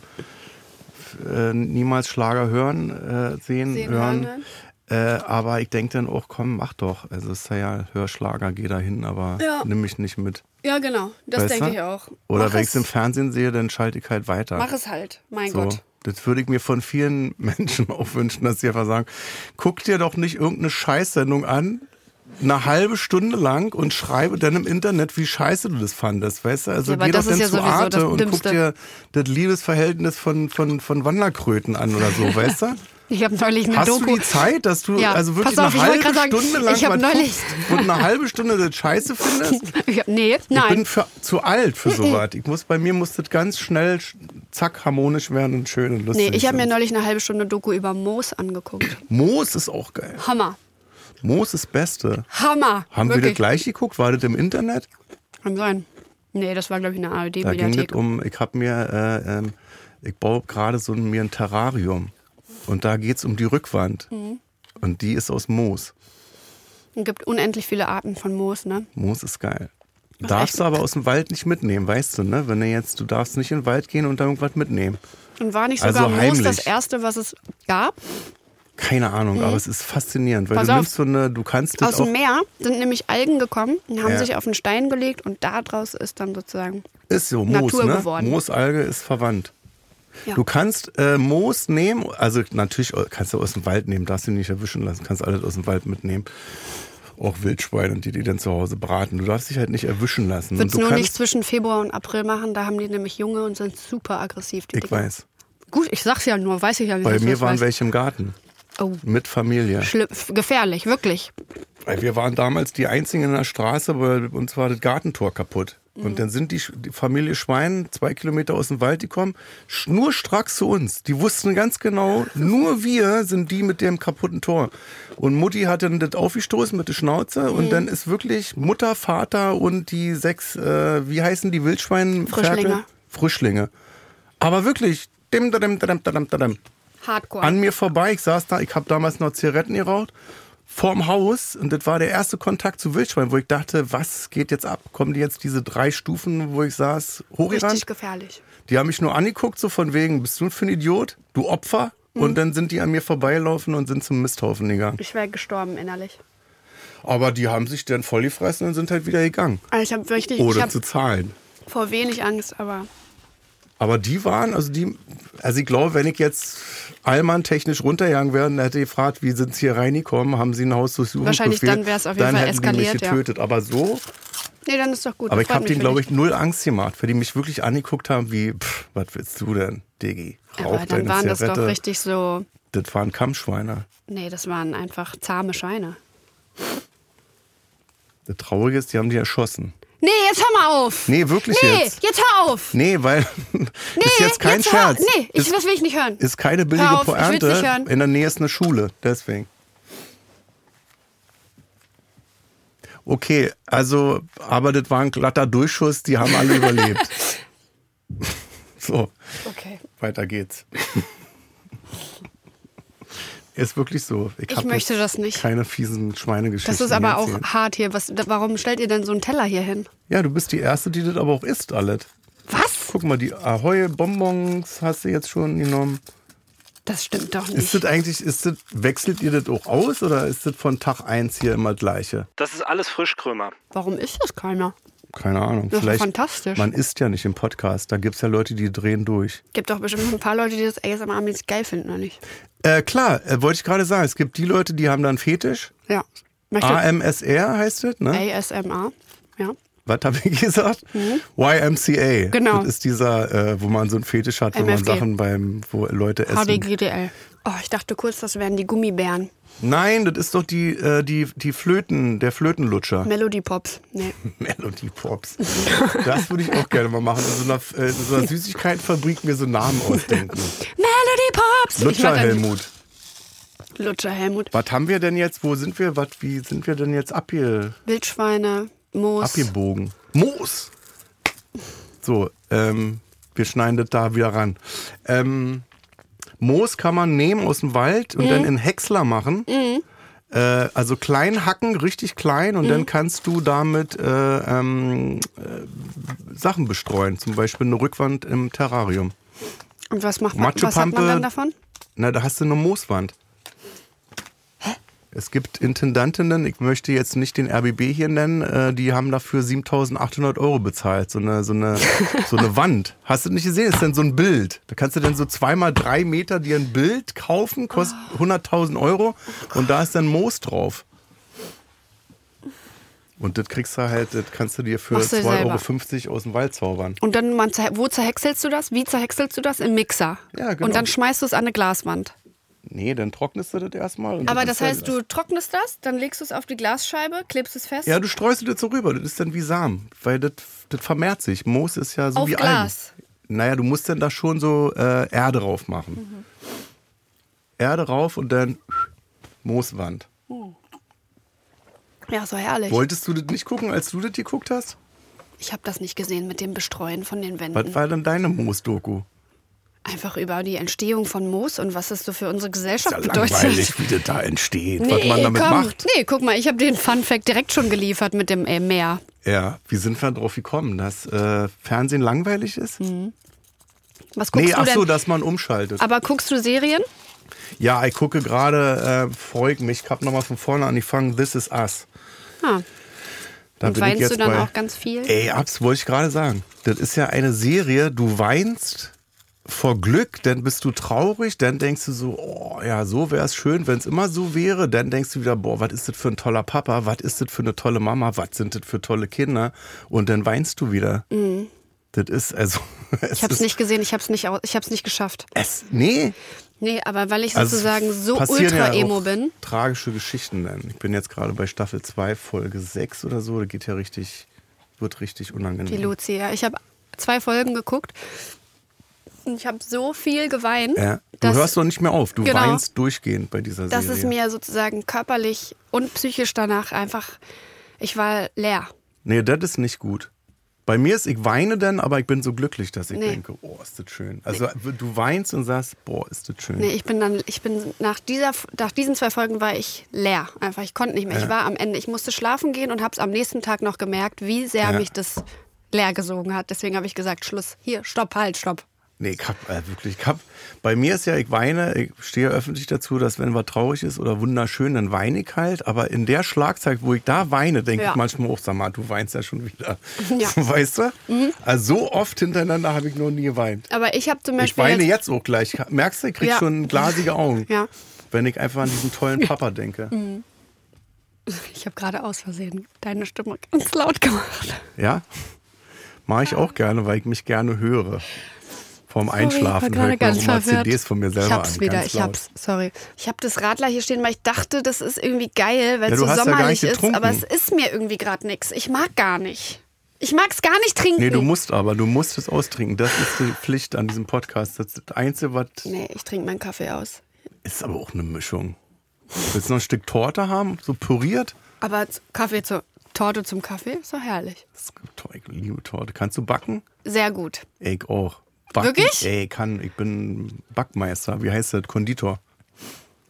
Speaker 2: äh, niemals Schlager hören, äh, sehen,
Speaker 3: Sehen,
Speaker 2: hören.
Speaker 3: hören,
Speaker 2: Äh, aber ich denke dann auch, komm, mach doch. Also es ist ja, ja Hörschlager, geh da hin, aber
Speaker 3: Ja.
Speaker 2: nimm mich nicht mit.
Speaker 3: Ja, genau. Das
Speaker 2: weißt
Speaker 3: denke
Speaker 2: du?
Speaker 3: ich auch.
Speaker 2: Oder
Speaker 3: mach
Speaker 2: wenn ich es im
Speaker 3: es,
Speaker 2: Fernsehen sehe, dann schalte ich halt weiter.
Speaker 3: mach es halt. Mein
Speaker 2: So.
Speaker 3: Gott.
Speaker 2: Das würde ich mir von vielen Menschen auch wünschen, dass sie einfach sagen, guck dir doch nicht irgendeine Scheißsendung an, eine halbe Stunde lang und schreibe dann im Internet, wie scheiße du das fandest, weißt du? Also
Speaker 3: Ja, aber
Speaker 2: geh doch
Speaker 3: das
Speaker 2: dann
Speaker 3: ist ja
Speaker 2: zu
Speaker 3: sowieso das
Speaker 2: Arte und guck
Speaker 3: Dümmste.
Speaker 2: dir das Liebesverhältnis von, von, von Wanderkröten an oder so, weißt du?
Speaker 3: Ich habe neulich eine
Speaker 2: Hast
Speaker 3: Doku.
Speaker 2: du die Zeit, dass du
Speaker 3: Ja,
Speaker 2: also wirklich
Speaker 3: pass auf,
Speaker 2: eine
Speaker 3: ich wollte
Speaker 2: halbe
Speaker 3: gerade sagen,
Speaker 2: Stunde lang
Speaker 3: ich hab
Speaker 2: was
Speaker 3: neulich-
Speaker 2: guckst und eine halbe Stunde das Scheiße findest?
Speaker 3: Ich hab, nee,
Speaker 2: Ich bin
Speaker 3: nein.
Speaker 2: für, zu alt für sowas. Ich muss, bei mir muss das ganz schnell, sch- zack, harmonisch werden und schön und
Speaker 3: Nee,
Speaker 2: lustig.
Speaker 3: ich habe mir
Speaker 2: sein.
Speaker 3: neulich eine halbe Stunde Doku über Moos angeguckt.
Speaker 2: Moos ist auch geil.
Speaker 3: Hammer.
Speaker 2: Moos ist Beste.
Speaker 3: Hammer.
Speaker 2: Haben wir das
Speaker 3: Wirklich.
Speaker 2: gleich geguckt? War das im Internet?
Speaker 3: Kann sein. Nee, das war, glaube ich, eine
Speaker 2: Da ging das
Speaker 3: ARD-Mediathek.
Speaker 2: um, ich habe mir, äh, ähm, ich baue gerade so ein, mir ein Terrarium. Und da geht es um die Rückwand.
Speaker 3: Mhm.
Speaker 2: Und die ist aus Moos.
Speaker 3: Es gibt unendlich viele Arten von Moos, ne?
Speaker 2: Moos ist geil. Darfst du aber aus dem Wald nicht mitnehmen, weißt du, ne? Wenn du jetzt, du darfst nicht in den Wald gehen und da irgendwas mitnehmen.
Speaker 3: Und war nicht
Speaker 2: Also
Speaker 3: sogar Moos das
Speaker 2: heimlich.
Speaker 3: erste, was es gab?
Speaker 2: Keine Ahnung, aber es ist faszinierend, weil
Speaker 3: Mhm. Pass
Speaker 2: du
Speaker 3: auf.
Speaker 2: nimmst so eine, du kannst das
Speaker 3: Aus
Speaker 2: auch.
Speaker 3: dem Meer sind nämlich Algen gekommen und haben
Speaker 2: Ja.
Speaker 3: sich auf einen Stein gelegt und daraus ist dann sozusagen.
Speaker 2: Ist so, Moos,
Speaker 3: Natur
Speaker 2: ne?
Speaker 3: geworden.
Speaker 2: Moosalge ist verwandt.
Speaker 3: Ja.
Speaker 2: Du kannst äh, Moos nehmen, also natürlich kannst du aus dem Wald nehmen, darfst du nicht erwischen lassen, kannst alles aus dem Wald mitnehmen. Auch Wildschweine und die, die dann zu Hause braten. Du darfst dich halt nicht erwischen lassen. und
Speaker 3: Würdest
Speaker 2: du
Speaker 3: nur
Speaker 2: kannst,
Speaker 3: nicht zwischen Februar und April machen, da haben die nämlich Junge und sind super aggressiv. Die
Speaker 2: ich
Speaker 3: Dinger.
Speaker 2: weiß.
Speaker 3: Gut, ich sag's ja nur, weiß ich ja nicht.
Speaker 2: Bei
Speaker 3: dass du
Speaker 2: mir
Speaker 3: das
Speaker 2: waren
Speaker 3: weißt.
Speaker 2: welche im Garten
Speaker 3: Oh,
Speaker 2: mit Familie.
Speaker 3: schlimm, f- gefährlich, wirklich.
Speaker 2: Weil wir waren damals die Einzigen in der Straße, weil uns war das Gartentor kaputt. Und dann sind die, Sch- die Familie Schwein zwei Kilometer aus dem Wald gekommen, schnurstracks zu uns. Die wussten ganz genau, nur wir sind die mit dem kaputten Tor. Und Mutti hat dann das aufgestoßen mit der Schnauze. Und dann ist wirklich Mutter, Vater und die sechs, äh, wie heißen die Wildschwein?
Speaker 3: Frischlinge.
Speaker 2: Frischlinge. Aber wirklich, dim, dadam, dadam, dadam, dadam
Speaker 3: Hardcore.
Speaker 2: an mir vorbei. Ich saß da, ich habe damals noch Zigaretten geraucht vorm Haus und das war der erste Kontakt zu Wildschwein, wo ich dachte, was geht jetzt ab? Kommen die jetzt diese drei Stufen, wo ich saß, hochgerannt?
Speaker 3: Richtig gefährlich.
Speaker 2: Die haben mich nur angeguckt, so von wegen, bist du für ein Idiot? Du Opfer?
Speaker 3: Mhm.
Speaker 2: Und dann sind die an mir vorbeigelaufen und sind zum Misthaufen gegangen.
Speaker 3: Ich wäre gestorben innerlich.
Speaker 2: Aber die haben sich dann voll gefressen und sind halt wieder gegangen.
Speaker 3: Also ich habe wirklich, ich
Speaker 2: Ohne
Speaker 3: hab
Speaker 2: zu zahlen.
Speaker 3: vor wenig Angst, aber
Speaker 2: Aber die waren, also die, also ich glaube, wenn ich jetzt Allmann technisch runterjagen wäre, dann hätte ich gefragt, wie sind sie hier reingekommen, haben sie ein Haus durchsucht?
Speaker 3: Wahrscheinlich dann wär's auf jeden Fall
Speaker 2: hätten die mich
Speaker 3: eskaliert, ja.
Speaker 2: getötet. Aber so,
Speaker 3: nee, dann ist doch gut.
Speaker 2: aber
Speaker 3: Das
Speaker 2: ich
Speaker 3: freut
Speaker 2: habe
Speaker 3: mich
Speaker 2: denen,
Speaker 3: für
Speaker 2: glaube
Speaker 3: dich.
Speaker 2: ich, null Angst gemacht, weil die mich wirklich angeguckt haben, wie, pff, was willst du denn, Diggi? Rauch
Speaker 3: Aber dann
Speaker 2: deine
Speaker 3: waren das doch
Speaker 2: Zigarette.
Speaker 3: richtig so,
Speaker 2: Das waren Kammschweine.
Speaker 3: nee, das waren einfach zahme Schweine.
Speaker 2: Das Traurige ist, die haben die erschossen.
Speaker 3: Nee, jetzt hör mal auf!
Speaker 2: Nee, wirklich
Speaker 3: nee,
Speaker 2: jetzt.
Speaker 3: hör auf!
Speaker 2: Nee, weil,
Speaker 3: Nee,
Speaker 2: ist jetzt kein
Speaker 3: jetzt
Speaker 2: Scherz.
Speaker 3: Hör, nee, ich,
Speaker 2: ist,
Speaker 3: das will ich nicht hören.
Speaker 2: ist keine billige
Speaker 3: Hör auf, ich will's
Speaker 2: Pointe.
Speaker 3: nicht hören.
Speaker 2: In der Nähe ist eine Schule, deswegen. Okay, also, aber das war ein glatter Durchschuss, die haben alle überlebt. So,
Speaker 3: okay.
Speaker 2: weiter geht's. Ist wirklich so. Ich, hab
Speaker 3: möchte
Speaker 2: jetzt
Speaker 3: das nicht.
Speaker 2: Keine fiesen Schweinegeschichten.
Speaker 3: Das ist aber auch
Speaker 2: erzählt.
Speaker 3: hart hier. Was, da- warum stellt ihr denn so einen Teller hier hin?
Speaker 2: Ja, du bist die Erste, die das aber auch isst, alles.
Speaker 3: Was?
Speaker 2: Guck mal, die Ahoi-Bonbons hast du jetzt schon genommen.
Speaker 3: Das stimmt doch
Speaker 2: Ist
Speaker 3: nicht.
Speaker 2: das eigentlich, ist das, wechselt ihr das auch aus oder ist das von Tag 1 hier immer das gleiche?
Speaker 4: Das ist alles Frischkrömer.
Speaker 3: Warum ist das keiner?
Speaker 2: Keine Ahnung.
Speaker 3: Das ist fantastisch.
Speaker 2: Man isst ja nicht im Podcast. Da gibt es ja Leute, die drehen durch.
Speaker 3: Gibt doch bestimmt ein paar Leute, die das ASMR nicht geil finden, oder nicht?
Speaker 2: Äh, klar, äh, wollte ich gerade sagen. Es gibt die Leute, die haben dann Fetisch.
Speaker 3: Ja. Möchte
Speaker 2: AMSR heißt das, ne?
Speaker 3: ASMR. Ja.
Speaker 2: Was habe ich gesagt? YMCA.
Speaker 3: Mhm. Genau.
Speaker 2: Das ist dieser, äh, wo man so einen Fetisch hat, wenn man
Speaker 3: MFG.
Speaker 2: Sachen beim, wo Leute essen.
Speaker 3: HDGDL. Oh, ich dachte kurz, das wären die Gummibären.
Speaker 2: Nein, das ist doch die, äh, die, die Flöten, der Flötenlutscher.
Speaker 3: Melody Pops. Nee.
Speaker 2: Hm. Melody Pops. Das würde ich auch gerne mal machen. In so einer, äh, in so einer Süßigkeitenfabrik mir so Namen ausdenken.
Speaker 3: Melody Pops! Ich
Speaker 2: Lutscher
Speaker 3: mag eigentlich-
Speaker 2: Helmut.
Speaker 3: Lutscher Helmut.
Speaker 2: Was haben wir denn jetzt? Wo sind wir? Was, wie sind wir denn jetzt abge,
Speaker 3: Wildschweine, Moos.
Speaker 2: abgebogen? Moos! So, ähm, wir schneiden das da wieder ran. Ähm, Moos kann man nehmen aus dem Wald und dann in Häcksler machen. Äh, also klein hacken, richtig klein und dann kannst du damit äh, ähm, äh, Sachen bestreuen. Zum Beispiel eine Rückwand im Terrarium.
Speaker 3: Und was macht man?
Speaker 2: Macho
Speaker 3: Was hat man
Speaker 2: Pampe.
Speaker 3: dann davon?
Speaker 2: Na, da hast du eine Mooswand. Es gibt Intendantinnen, ich möchte jetzt nicht den RBB hier nennen, äh, die haben dafür 7.800 Euro bezahlt. So eine, so, eine, so eine Wand. Hast du nicht gesehen? Das ist dann so ein Bild. Da kannst du dann so zweimal drei Meter dir ein Bild kaufen, kostet
Speaker 3: Ah.
Speaker 2: 100.000 Euro und da ist dann Moos drauf. Und das kriegst du halt, das kannst du dir für
Speaker 3: Machst du selber.
Speaker 2: 2,50 Euro aus dem Wald zaubern.
Speaker 3: Und dann, man, zerhe- wo zerhäckselst du das? Wie zerhäckselst du das? Im Mixer.
Speaker 2: Ja, genau.
Speaker 3: Und dann schmeißt du es an eine Glaswand.
Speaker 2: Nee, dann trocknest du das erstmal. und ist
Speaker 3: Aber
Speaker 2: halt
Speaker 3: das
Speaker 2: ja-
Speaker 3: heißt, du trocknest das, dann legst du es auf die Glasscheibe, klebst es fest.
Speaker 2: Ja, du streust es jetzt so rüber. Das ist dann wie Samen, weil das, das vermehrt sich. Moos ist ja so
Speaker 3: Auf
Speaker 2: wie
Speaker 3: Glas.
Speaker 2: Algen. Naja, du musst dann da schon so äh, Erde rauf machen.
Speaker 3: Mhm.
Speaker 2: Erde rauf und dann Mooswand.
Speaker 3: ja so herrlich.
Speaker 2: Wolltest du das nicht gucken, als du das geguckt hast?
Speaker 3: Ich habe das nicht gesehen mit dem Bestreuen von den Wänden.
Speaker 2: Was war denn deine Moos-Doku?
Speaker 3: Einfach über die Entstehung von Moos und was es so für unsere
Speaker 2: Ist
Speaker 3: Gesellschaft
Speaker 2: ja
Speaker 3: bedeutet.
Speaker 2: langweilig, wie das da entsteht,
Speaker 3: Nee,
Speaker 2: was man damit
Speaker 3: komm.
Speaker 2: macht.
Speaker 3: Nee, guck mal, ich habe den Fun Fact direkt schon geliefert mit dem äh, Meer.
Speaker 2: Ja, wie sind wir drauf gekommen, dass äh, Fernsehen langweilig ist?
Speaker 3: Was Hm. guckst
Speaker 2: Nee,
Speaker 3: du
Speaker 2: ach
Speaker 3: denn?
Speaker 2: so, dass man umschaltet.
Speaker 3: Aber guckst du Serien?
Speaker 2: Ja, ich gucke gerade, äh, freut mich. Ich hab nochmal von vorne angefangen, This Is Us.
Speaker 3: Ah,
Speaker 2: Da bin
Speaker 3: und
Speaker 2: ich
Speaker 3: weinst du
Speaker 2: jetzt
Speaker 3: dann
Speaker 2: bei-
Speaker 3: auch ganz viel?
Speaker 2: Ey, abs, wollte ich gerade sagen. Das ist ja eine Serie, du weinst vor Glück, dann bist du traurig, dann denkst du so, oh ja, so wäre es schön, wenn es immer so wäre. Dann denkst du wieder, boah, was ist das für ein toller Papa, was ist das für eine tolle Mama, was sind das für tolle Kinder? Und dann weinst du wieder. Das ist also. Es
Speaker 3: Mhm. Ich hab's
Speaker 2: ist,
Speaker 3: nicht gesehen, ich hab's nicht, au- ich hab's nicht geschafft.
Speaker 2: Es, nee.
Speaker 3: Nee, aber weil ich
Speaker 2: Also es
Speaker 3: sozusagen so
Speaker 2: passieren ja
Speaker 3: ultra emo
Speaker 2: auch
Speaker 3: bin.
Speaker 2: Tragische Geschichten dann. Ich bin jetzt gerade bei Staffel 2, Folge 6 oder so. Da geht ja richtig, wird richtig unangenehm.
Speaker 3: Die Luzi, ja. Ich habe zwei Folgen geguckt und ich habe so viel geweint,
Speaker 2: Ja. Du
Speaker 3: dass,
Speaker 2: hörst doch nicht mehr auf. Du
Speaker 3: Genau.
Speaker 2: weinst durchgehend bei dieser
Speaker 3: dass
Speaker 2: Serie.
Speaker 3: es mir sozusagen körperlich und psychisch danach einfach, ich war leer.
Speaker 2: nee, das ist nicht gut. Bei mir ist, ich weine dann, aber ich bin so glücklich, dass ich
Speaker 3: Nee.
Speaker 2: denke, oh, ist das schön. Also du weinst und sagst, boah, ist das schön.
Speaker 3: Nee, ich bin dann, ich bin nach dieser, nach diesen zwei Folgen war ich leer. Einfach, ich konnte nicht mehr. Ich war am Ende. Ich musste schlafen gehen und habe es am nächsten Tag noch gemerkt, wie sehr
Speaker 2: Ja.
Speaker 3: mich das leer gesogen hat. Deswegen habe ich gesagt, Schluss, hier, stopp, halt, stopp.
Speaker 2: Nee, ich hab äh, wirklich, ich hab, bei mir ist ja, ich weine, ich stehe öffentlich dazu, dass wenn was traurig ist oder wunderschön, dann weine ich halt. Aber in der Schlagzeit, wo ich da weine, denke
Speaker 3: Ja.
Speaker 2: ich manchmal auch, sag mal, du weinst ja schon wieder.
Speaker 3: Ja. Mhm.
Speaker 2: Weißt du? Also so oft hintereinander habe ich noch nie geweint.
Speaker 3: Aber ich habe zum
Speaker 2: Ich
Speaker 3: Beispiel
Speaker 2: weine
Speaker 3: jetzt-
Speaker 2: jetzt auch gleich. Merkst du, ich krieg
Speaker 3: Ja.
Speaker 2: schon glasige Augen.
Speaker 3: Ja. Mhm.
Speaker 2: Wenn ich einfach an diesen tollen Papa denke.
Speaker 3: Ich habe gerade aus Versehen deine Stimme ganz laut gemacht.
Speaker 2: Ja? Mache ich auch gerne, weil ich mich gerne höre. Vorm
Speaker 3: ich war
Speaker 2: Einschlafen höre
Speaker 3: gerade
Speaker 2: ich mir
Speaker 3: ganz
Speaker 2: auch mal
Speaker 3: verwirrt.
Speaker 2: CDs von mir selber
Speaker 3: Ich hab's
Speaker 2: an.
Speaker 3: wieder,
Speaker 2: ganz
Speaker 3: ich
Speaker 2: laut.
Speaker 3: hab's, sorry. Ich hab das Radler hier stehen, weil ich dachte, das ist irgendwie geil, weil
Speaker 2: Ja,
Speaker 3: es
Speaker 2: du
Speaker 3: so
Speaker 2: hast ja gar
Speaker 3: sommerlich
Speaker 2: nicht
Speaker 3: ist.
Speaker 2: getrunken.
Speaker 3: Aber es ist mir irgendwie gerade nix. Ich mag gar nicht. Ich mag's gar nicht trinken.
Speaker 2: Nee, du musst aber, du musst es austrinken. Das ist die Pflicht an diesem Podcast. Das ist das Einzige, was.
Speaker 3: Nee, ich trinke meinen Kaffee aus.
Speaker 2: Ist aber auch eine Mischung. Willst du noch ein Stück Torte haben? So püriert?
Speaker 3: Aber z- Kaffee zur Torte zum Kaffee ist doch herrlich.
Speaker 2: Das ist to- Ich liebe Torte. Kannst du backen?
Speaker 3: Sehr gut.
Speaker 2: Ich auch. Backen?
Speaker 3: Wirklich?
Speaker 2: Ey, kann. Ich bin Backmeister. Wie heißt das? Konditor.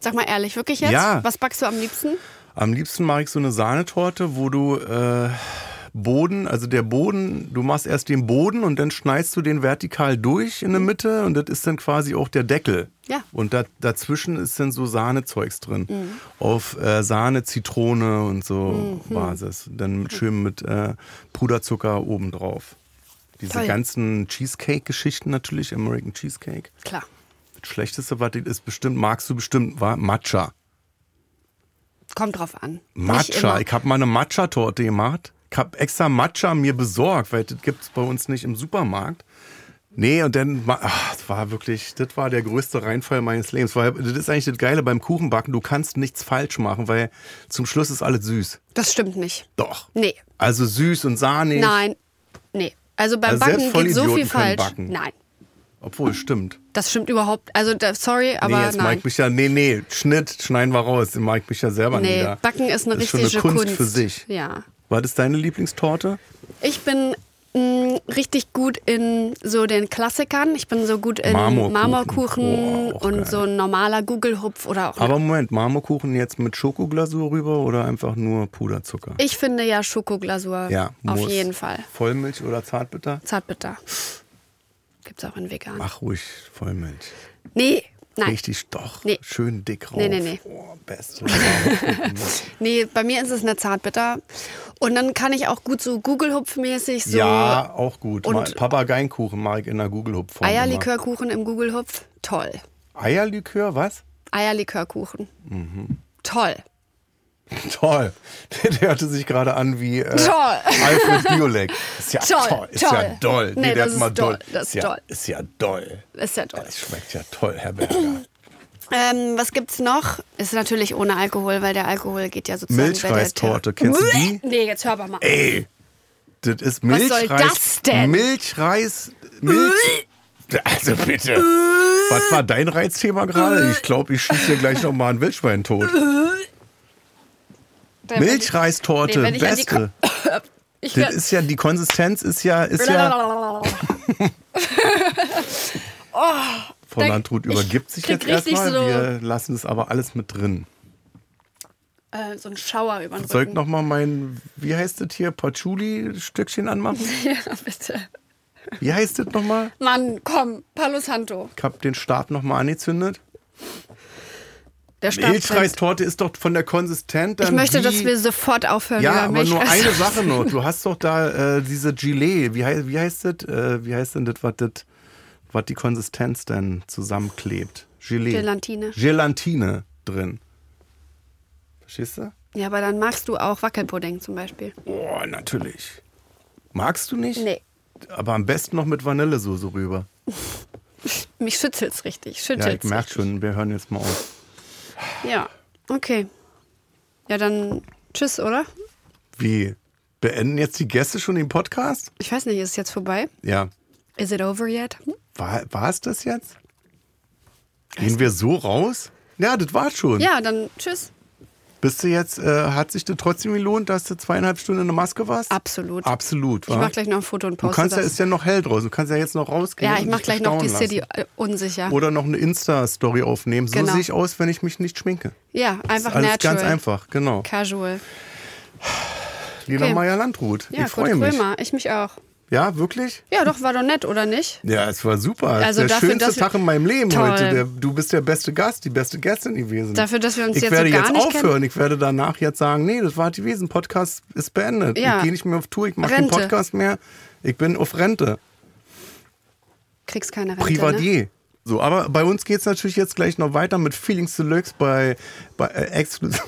Speaker 3: Sag mal ehrlich, wirklich jetzt?
Speaker 2: Ja.
Speaker 3: Was backst du am liebsten?
Speaker 2: Am liebsten mache ich so eine Sahnetorte, wo du äh, Boden, also der Boden, du machst erst den Boden und dann schneidest du den vertikal durch in der Mitte und das ist dann quasi auch der Deckel.
Speaker 3: Mhm. Ja. Mhm.
Speaker 2: Und da, dazwischen ist dann so Sahnezeugs drin. Auf äh, Sahne, Zitrone und so Basis. Dann
Speaker 3: Mhm.
Speaker 2: mit, schön mit äh, Puderzucker obendrauf. Diese
Speaker 3: Toll.
Speaker 2: ganzen Cheesecake-Geschichten natürlich, American Cheesecake.
Speaker 3: Klar.
Speaker 2: Das Schlechteste, was das ist bestimmt, magst du bestimmt, war Matcha.
Speaker 3: Kommt drauf an. Nicht
Speaker 2: Matcha.
Speaker 3: immer.
Speaker 2: Ich habe mal eine Matcha-Torte gemacht. Ich habe extra Matcha mir besorgt, weil das gibt es bei uns nicht im Supermarkt. Nee, und dann, ma- ach, das war wirklich, das war der größte Reinfall meines Lebens. Weil das ist eigentlich das Geile beim Kuchenbacken, du kannst nichts falsch machen, weil zum Schluss ist alles süß.
Speaker 3: Das stimmt nicht.
Speaker 2: Doch.
Speaker 3: Nee.
Speaker 2: Also süß und sahnig.
Speaker 3: Nein. Nee. Also beim
Speaker 2: Also selbst
Speaker 3: Backen geht so
Speaker 2: Vollidioten
Speaker 3: viel
Speaker 2: können
Speaker 3: falsch.
Speaker 2: backen.
Speaker 3: Nein.
Speaker 2: Obwohl, stimmt.
Speaker 3: Das stimmt überhaupt. Also da, sorry, aber
Speaker 2: nee, jetzt mag
Speaker 3: nein.
Speaker 2: ich mich ja, nee, nee, Schnitt, schneiden wir raus. Den mag ich mich ja selber
Speaker 3: Nee,
Speaker 2: nieder.
Speaker 3: Backen ist eine
Speaker 2: das ist schon
Speaker 3: richtige
Speaker 2: eine Kunst,
Speaker 3: Kunst.
Speaker 2: für sich.
Speaker 3: Ja.
Speaker 2: War das deine Lieblingstorte?
Speaker 3: Ich bin mh, richtig gut in so den Klassikern. Ich bin so gut in
Speaker 2: Marmorkuchen.
Speaker 3: Marmorkuchen,
Speaker 2: Boah, auch
Speaker 3: und
Speaker 2: geil.
Speaker 3: so ein normaler Gugelhupf oder auch. ne.
Speaker 2: Aber Moment, Marmorkuchen jetzt mit Schokoglasur rüber oder einfach nur Puderzucker?
Speaker 3: ich finde ja Schokoglasur auf
Speaker 2: muss.
Speaker 3: jeden Fall.
Speaker 2: Vollmilch oder Zartbitter?
Speaker 3: Zartbitter. Gibt's auch in vegan.
Speaker 2: Ach ruhig, Vollmilch.
Speaker 3: Nee, nein.
Speaker 2: Richtig doch.
Speaker 3: Nee.
Speaker 2: Schön dick rauf.
Speaker 3: Nee, nee, nee.
Speaker 2: Oh, beste. Marmorkuchen.
Speaker 3: Nee, bei mir ist es eine Zartbitter. Und dann kann ich auch gut so Gugelhupf-mäßig so
Speaker 2: ja, auch gut.
Speaker 3: Und-
Speaker 2: Papageienkuchen mag ich in der Google-Hupfform. immer.
Speaker 3: Eierlikörkuchen im Gugelhupf. Toll.
Speaker 2: Eierlikör, was?
Speaker 3: Eierlikörkuchen.
Speaker 2: Mhm.
Speaker 3: Toll.
Speaker 2: Toll. Der hörte sich gerade an wie äh,
Speaker 3: Toll.
Speaker 2: Alfred Biolek. Ist ja toll.
Speaker 3: Toll,
Speaker 2: Ist
Speaker 3: toll.
Speaker 2: ja doll.
Speaker 3: Nee,
Speaker 2: der
Speaker 3: das
Speaker 2: hat mal
Speaker 3: ist doll, das ist
Speaker 2: ja,
Speaker 3: doll.
Speaker 2: Ist ja doll. Oh,
Speaker 3: Ist ja toll.
Speaker 2: Das schmeckt ja toll, Herr Berger.
Speaker 3: Ähm, was gibt's noch? Ist natürlich ohne Alkohol, weil der Alkohol geht ja sozusagen.
Speaker 2: Milchreistorte,
Speaker 3: bei der
Speaker 2: kennst du
Speaker 3: Therapie.
Speaker 2: die?
Speaker 3: Nee, jetzt hör aber mal.
Speaker 2: Ey, das ist
Speaker 3: Was
Speaker 2: Milchreis.
Speaker 3: soll das denn?
Speaker 2: Milchreis. Milch. Also bitte. Was war dein Reizthema
Speaker 3: Äh.
Speaker 2: gerade? Ich glaube, ich schieße hier gleich nochmal ein Wildschwein tot.
Speaker 3: Wenn ich-
Speaker 2: Milchreistorte,
Speaker 3: Nee, wenn ich an die
Speaker 2: beste.
Speaker 3: Ich
Speaker 2: Das
Speaker 3: werd-
Speaker 2: ist ja, die Konsistenz ist ja, ist ja. Frau
Speaker 3: da-
Speaker 2: Landrut
Speaker 3: ich
Speaker 2: übergibt sich
Speaker 3: krieg
Speaker 2: jetzt
Speaker 3: richtig
Speaker 2: erstmal.
Speaker 3: so-
Speaker 2: Wir lassen es aber alles mit drin.
Speaker 3: äh, so ein Schauer über den Rücken.
Speaker 2: Soll ich nochmal mein, wie heißt das hier, Patchouli-Stückchen anmachen?
Speaker 3: Ja, bitte.
Speaker 2: Wie heißt das nochmal?
Speaker 3: Mann, komm, Palo Santo.
Speaker 2: Ich hab den Stab nochmal angezündet.
Speaker 3: Der Stabtrend.
Speaker 2: Milchreistorte ist doch von der Konsistenz dann
Speaker 3: Ich möchte,
Speaker 2: wie-
Speaker 3: dass wir sofort aufhören.
Speaker 2: Ja,
Speaker 3: über Also
Speaker 2: aber nur
Speaker 3: Milchreis-
Speaker 2: eine Sache noch. Du hast doch da äh, diese Gilet. Wie, hei- wie heißt das? Äh, wie heißt denn das, was das, was die Konsistenz denn zusammenklebt? Gilet.
Speaker 3: Gelatine.
Speaker 2: Gelatine drin. Verstehst du?
Speaker 3: Ja, aber dann magst du auch Wackelpudding zum Beispiel.
Speaker 2: Oh, natürlich. Magst du nicht?
Speaker 3: Nee.
Speaker 2: Aber am besten noch mit Vanillesoße rüber.
Speaker 3: Mich schüttelt's richtig.
Speaker 2: Ja, ich
Speaker 3: Schüttelt's.
Speaker 2: merke schon, wir hören jetzt mal auf.
Speaker 3: Ja, okay. Ja, dann tschüss, oder?
Speaker 2: Wie? Beenden jetzt die Gäste schon den Podcast?
Speaker 3: Ich weiß nicht, ist es jetzt vorbei?
Speaker 2: Ja.
Speaker 3: Is it over yet?
Speaker 2: War, war es das jetzt? Gehen wir so raus? Ja, das war schon.
Speaker 3: Ja, dann tschüss.
Speaker 2: Bist du jetzt, äh, hat sich das trotzdem gelohnt, dass du zweieinhalb Stunden in der Maske warst?
Speaker 3: Absolut.
Speaker 2: Absolut,
Speaker 3: Ich
Speaker 2: wa?
Speaker 3: mach gleich noch ein Foto und
Speaker 2: Du
Speaker 3: poste
Speaker 2: kannst ja,
Speaker 3: das.
Speaker 2: ist ja noch hell draußen. Du kannst ja jetzt noch rausgehen.
Speaker 3: ja,
Speaker 2: und
Speaker 3: ich mach
Speaker 2: dich
Speaker 3: gleich noch die
Speaker 2: bestaunen
Speaker 3: City
Speaker 2: lassen.
Speaker 3: äh, unsicher.
Speaker 2: Oder noch eine Insta-Story aufnehmen. So
Speaker 3: Genau.
Speaker 2: sehe ich aus, wenn ich mich nicht schminke.
Speaker 3: ja, einfach
Speaker 2: Alles
Speaker 3: natural.
Speaker 2: ganz einfach, genau.
Speaker 3: Casual.
Speaker 2: Lena
Speaker 3: Okay.
Speaker 2: Meyer-Landrut.
Speaker 3: Ja,
Speaker 2: ich
Speaker 3: Kurt
Speaker 2: freue mich.
Speaker 3: Krömer. Ich mich auch.
Speaker 2: Ja, wirklich?
Speaker 3: Ja, doch, war doch nett, oder nicht?
Speaker 2: Ja, es war super. Also
Speaker 3: Also
Speaker 2: der
Speaker 3: dafür,
Speaker 2: schönste
Speaker 3: dass wir-
Speaker 2: Tag in meinem Leben
Speaker 3: Toll.
Speaker 2: heute. Der, du bist der beste Gast, die beste Gästin gewesen.
Speaker 3: Dafür, dass wir uns
Speaker 2: ich
Speaker 3: jetzt so
Speaker 2: werde
Speaker 3: gar
Speaker 2: jetzt
Speaker 3: nicht
Speaker 2: aufhören. Ich werde danach jetzt sagen, nee, das war halt gewesen. Podcast ist beendet.
Speaker 3: Ja.
Speaker 2: Ich gehe nicht mehr auf Tour. Ich mache keinen
Speaker 3: Rente. ne?
Speaker 2: Podcast mehr. Ich bin auf Rente.
Speaker 3: Kriegst keine Rente. Ne?
Speaker 2: Privatier. So, aber bei uns geht es natürlich jetzt gleich noch weiter mit Feelings Deluxe bei, bei äh, Exclusive.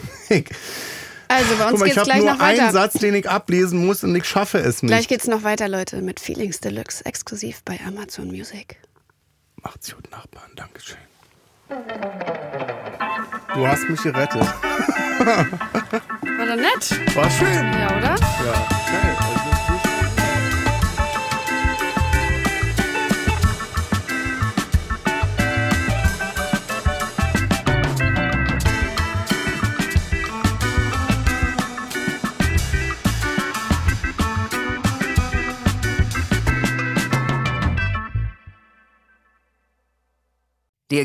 Speaker 3: Also bei
Speaker 2: Guck
Speaker 3: uns
Speaker 2: mal, ich
Speaker 3: geht's
Speaker 2: habe
Speaker 3: gleich
Speaker 2: nur
Speaker 3: noch weiter.
Speaker 2: einen Satz, den ich ablesen muss und ich schaffe es nicht.
Speaker 3: Gleich geht's noch weiter, Leute, mit Feelings Deluxe exklusiv bei Amazon Music.
Speaker 2: Macht's gut, Nachbarn. Dankeschön. Du hast mich gerettet.
Speaker 3: War doch nett,
Speaker 2: War schön.
Speaker 3: ja, oder?
Speaker 2: Ja, geil. Also, gut.
Speaker 1: Dir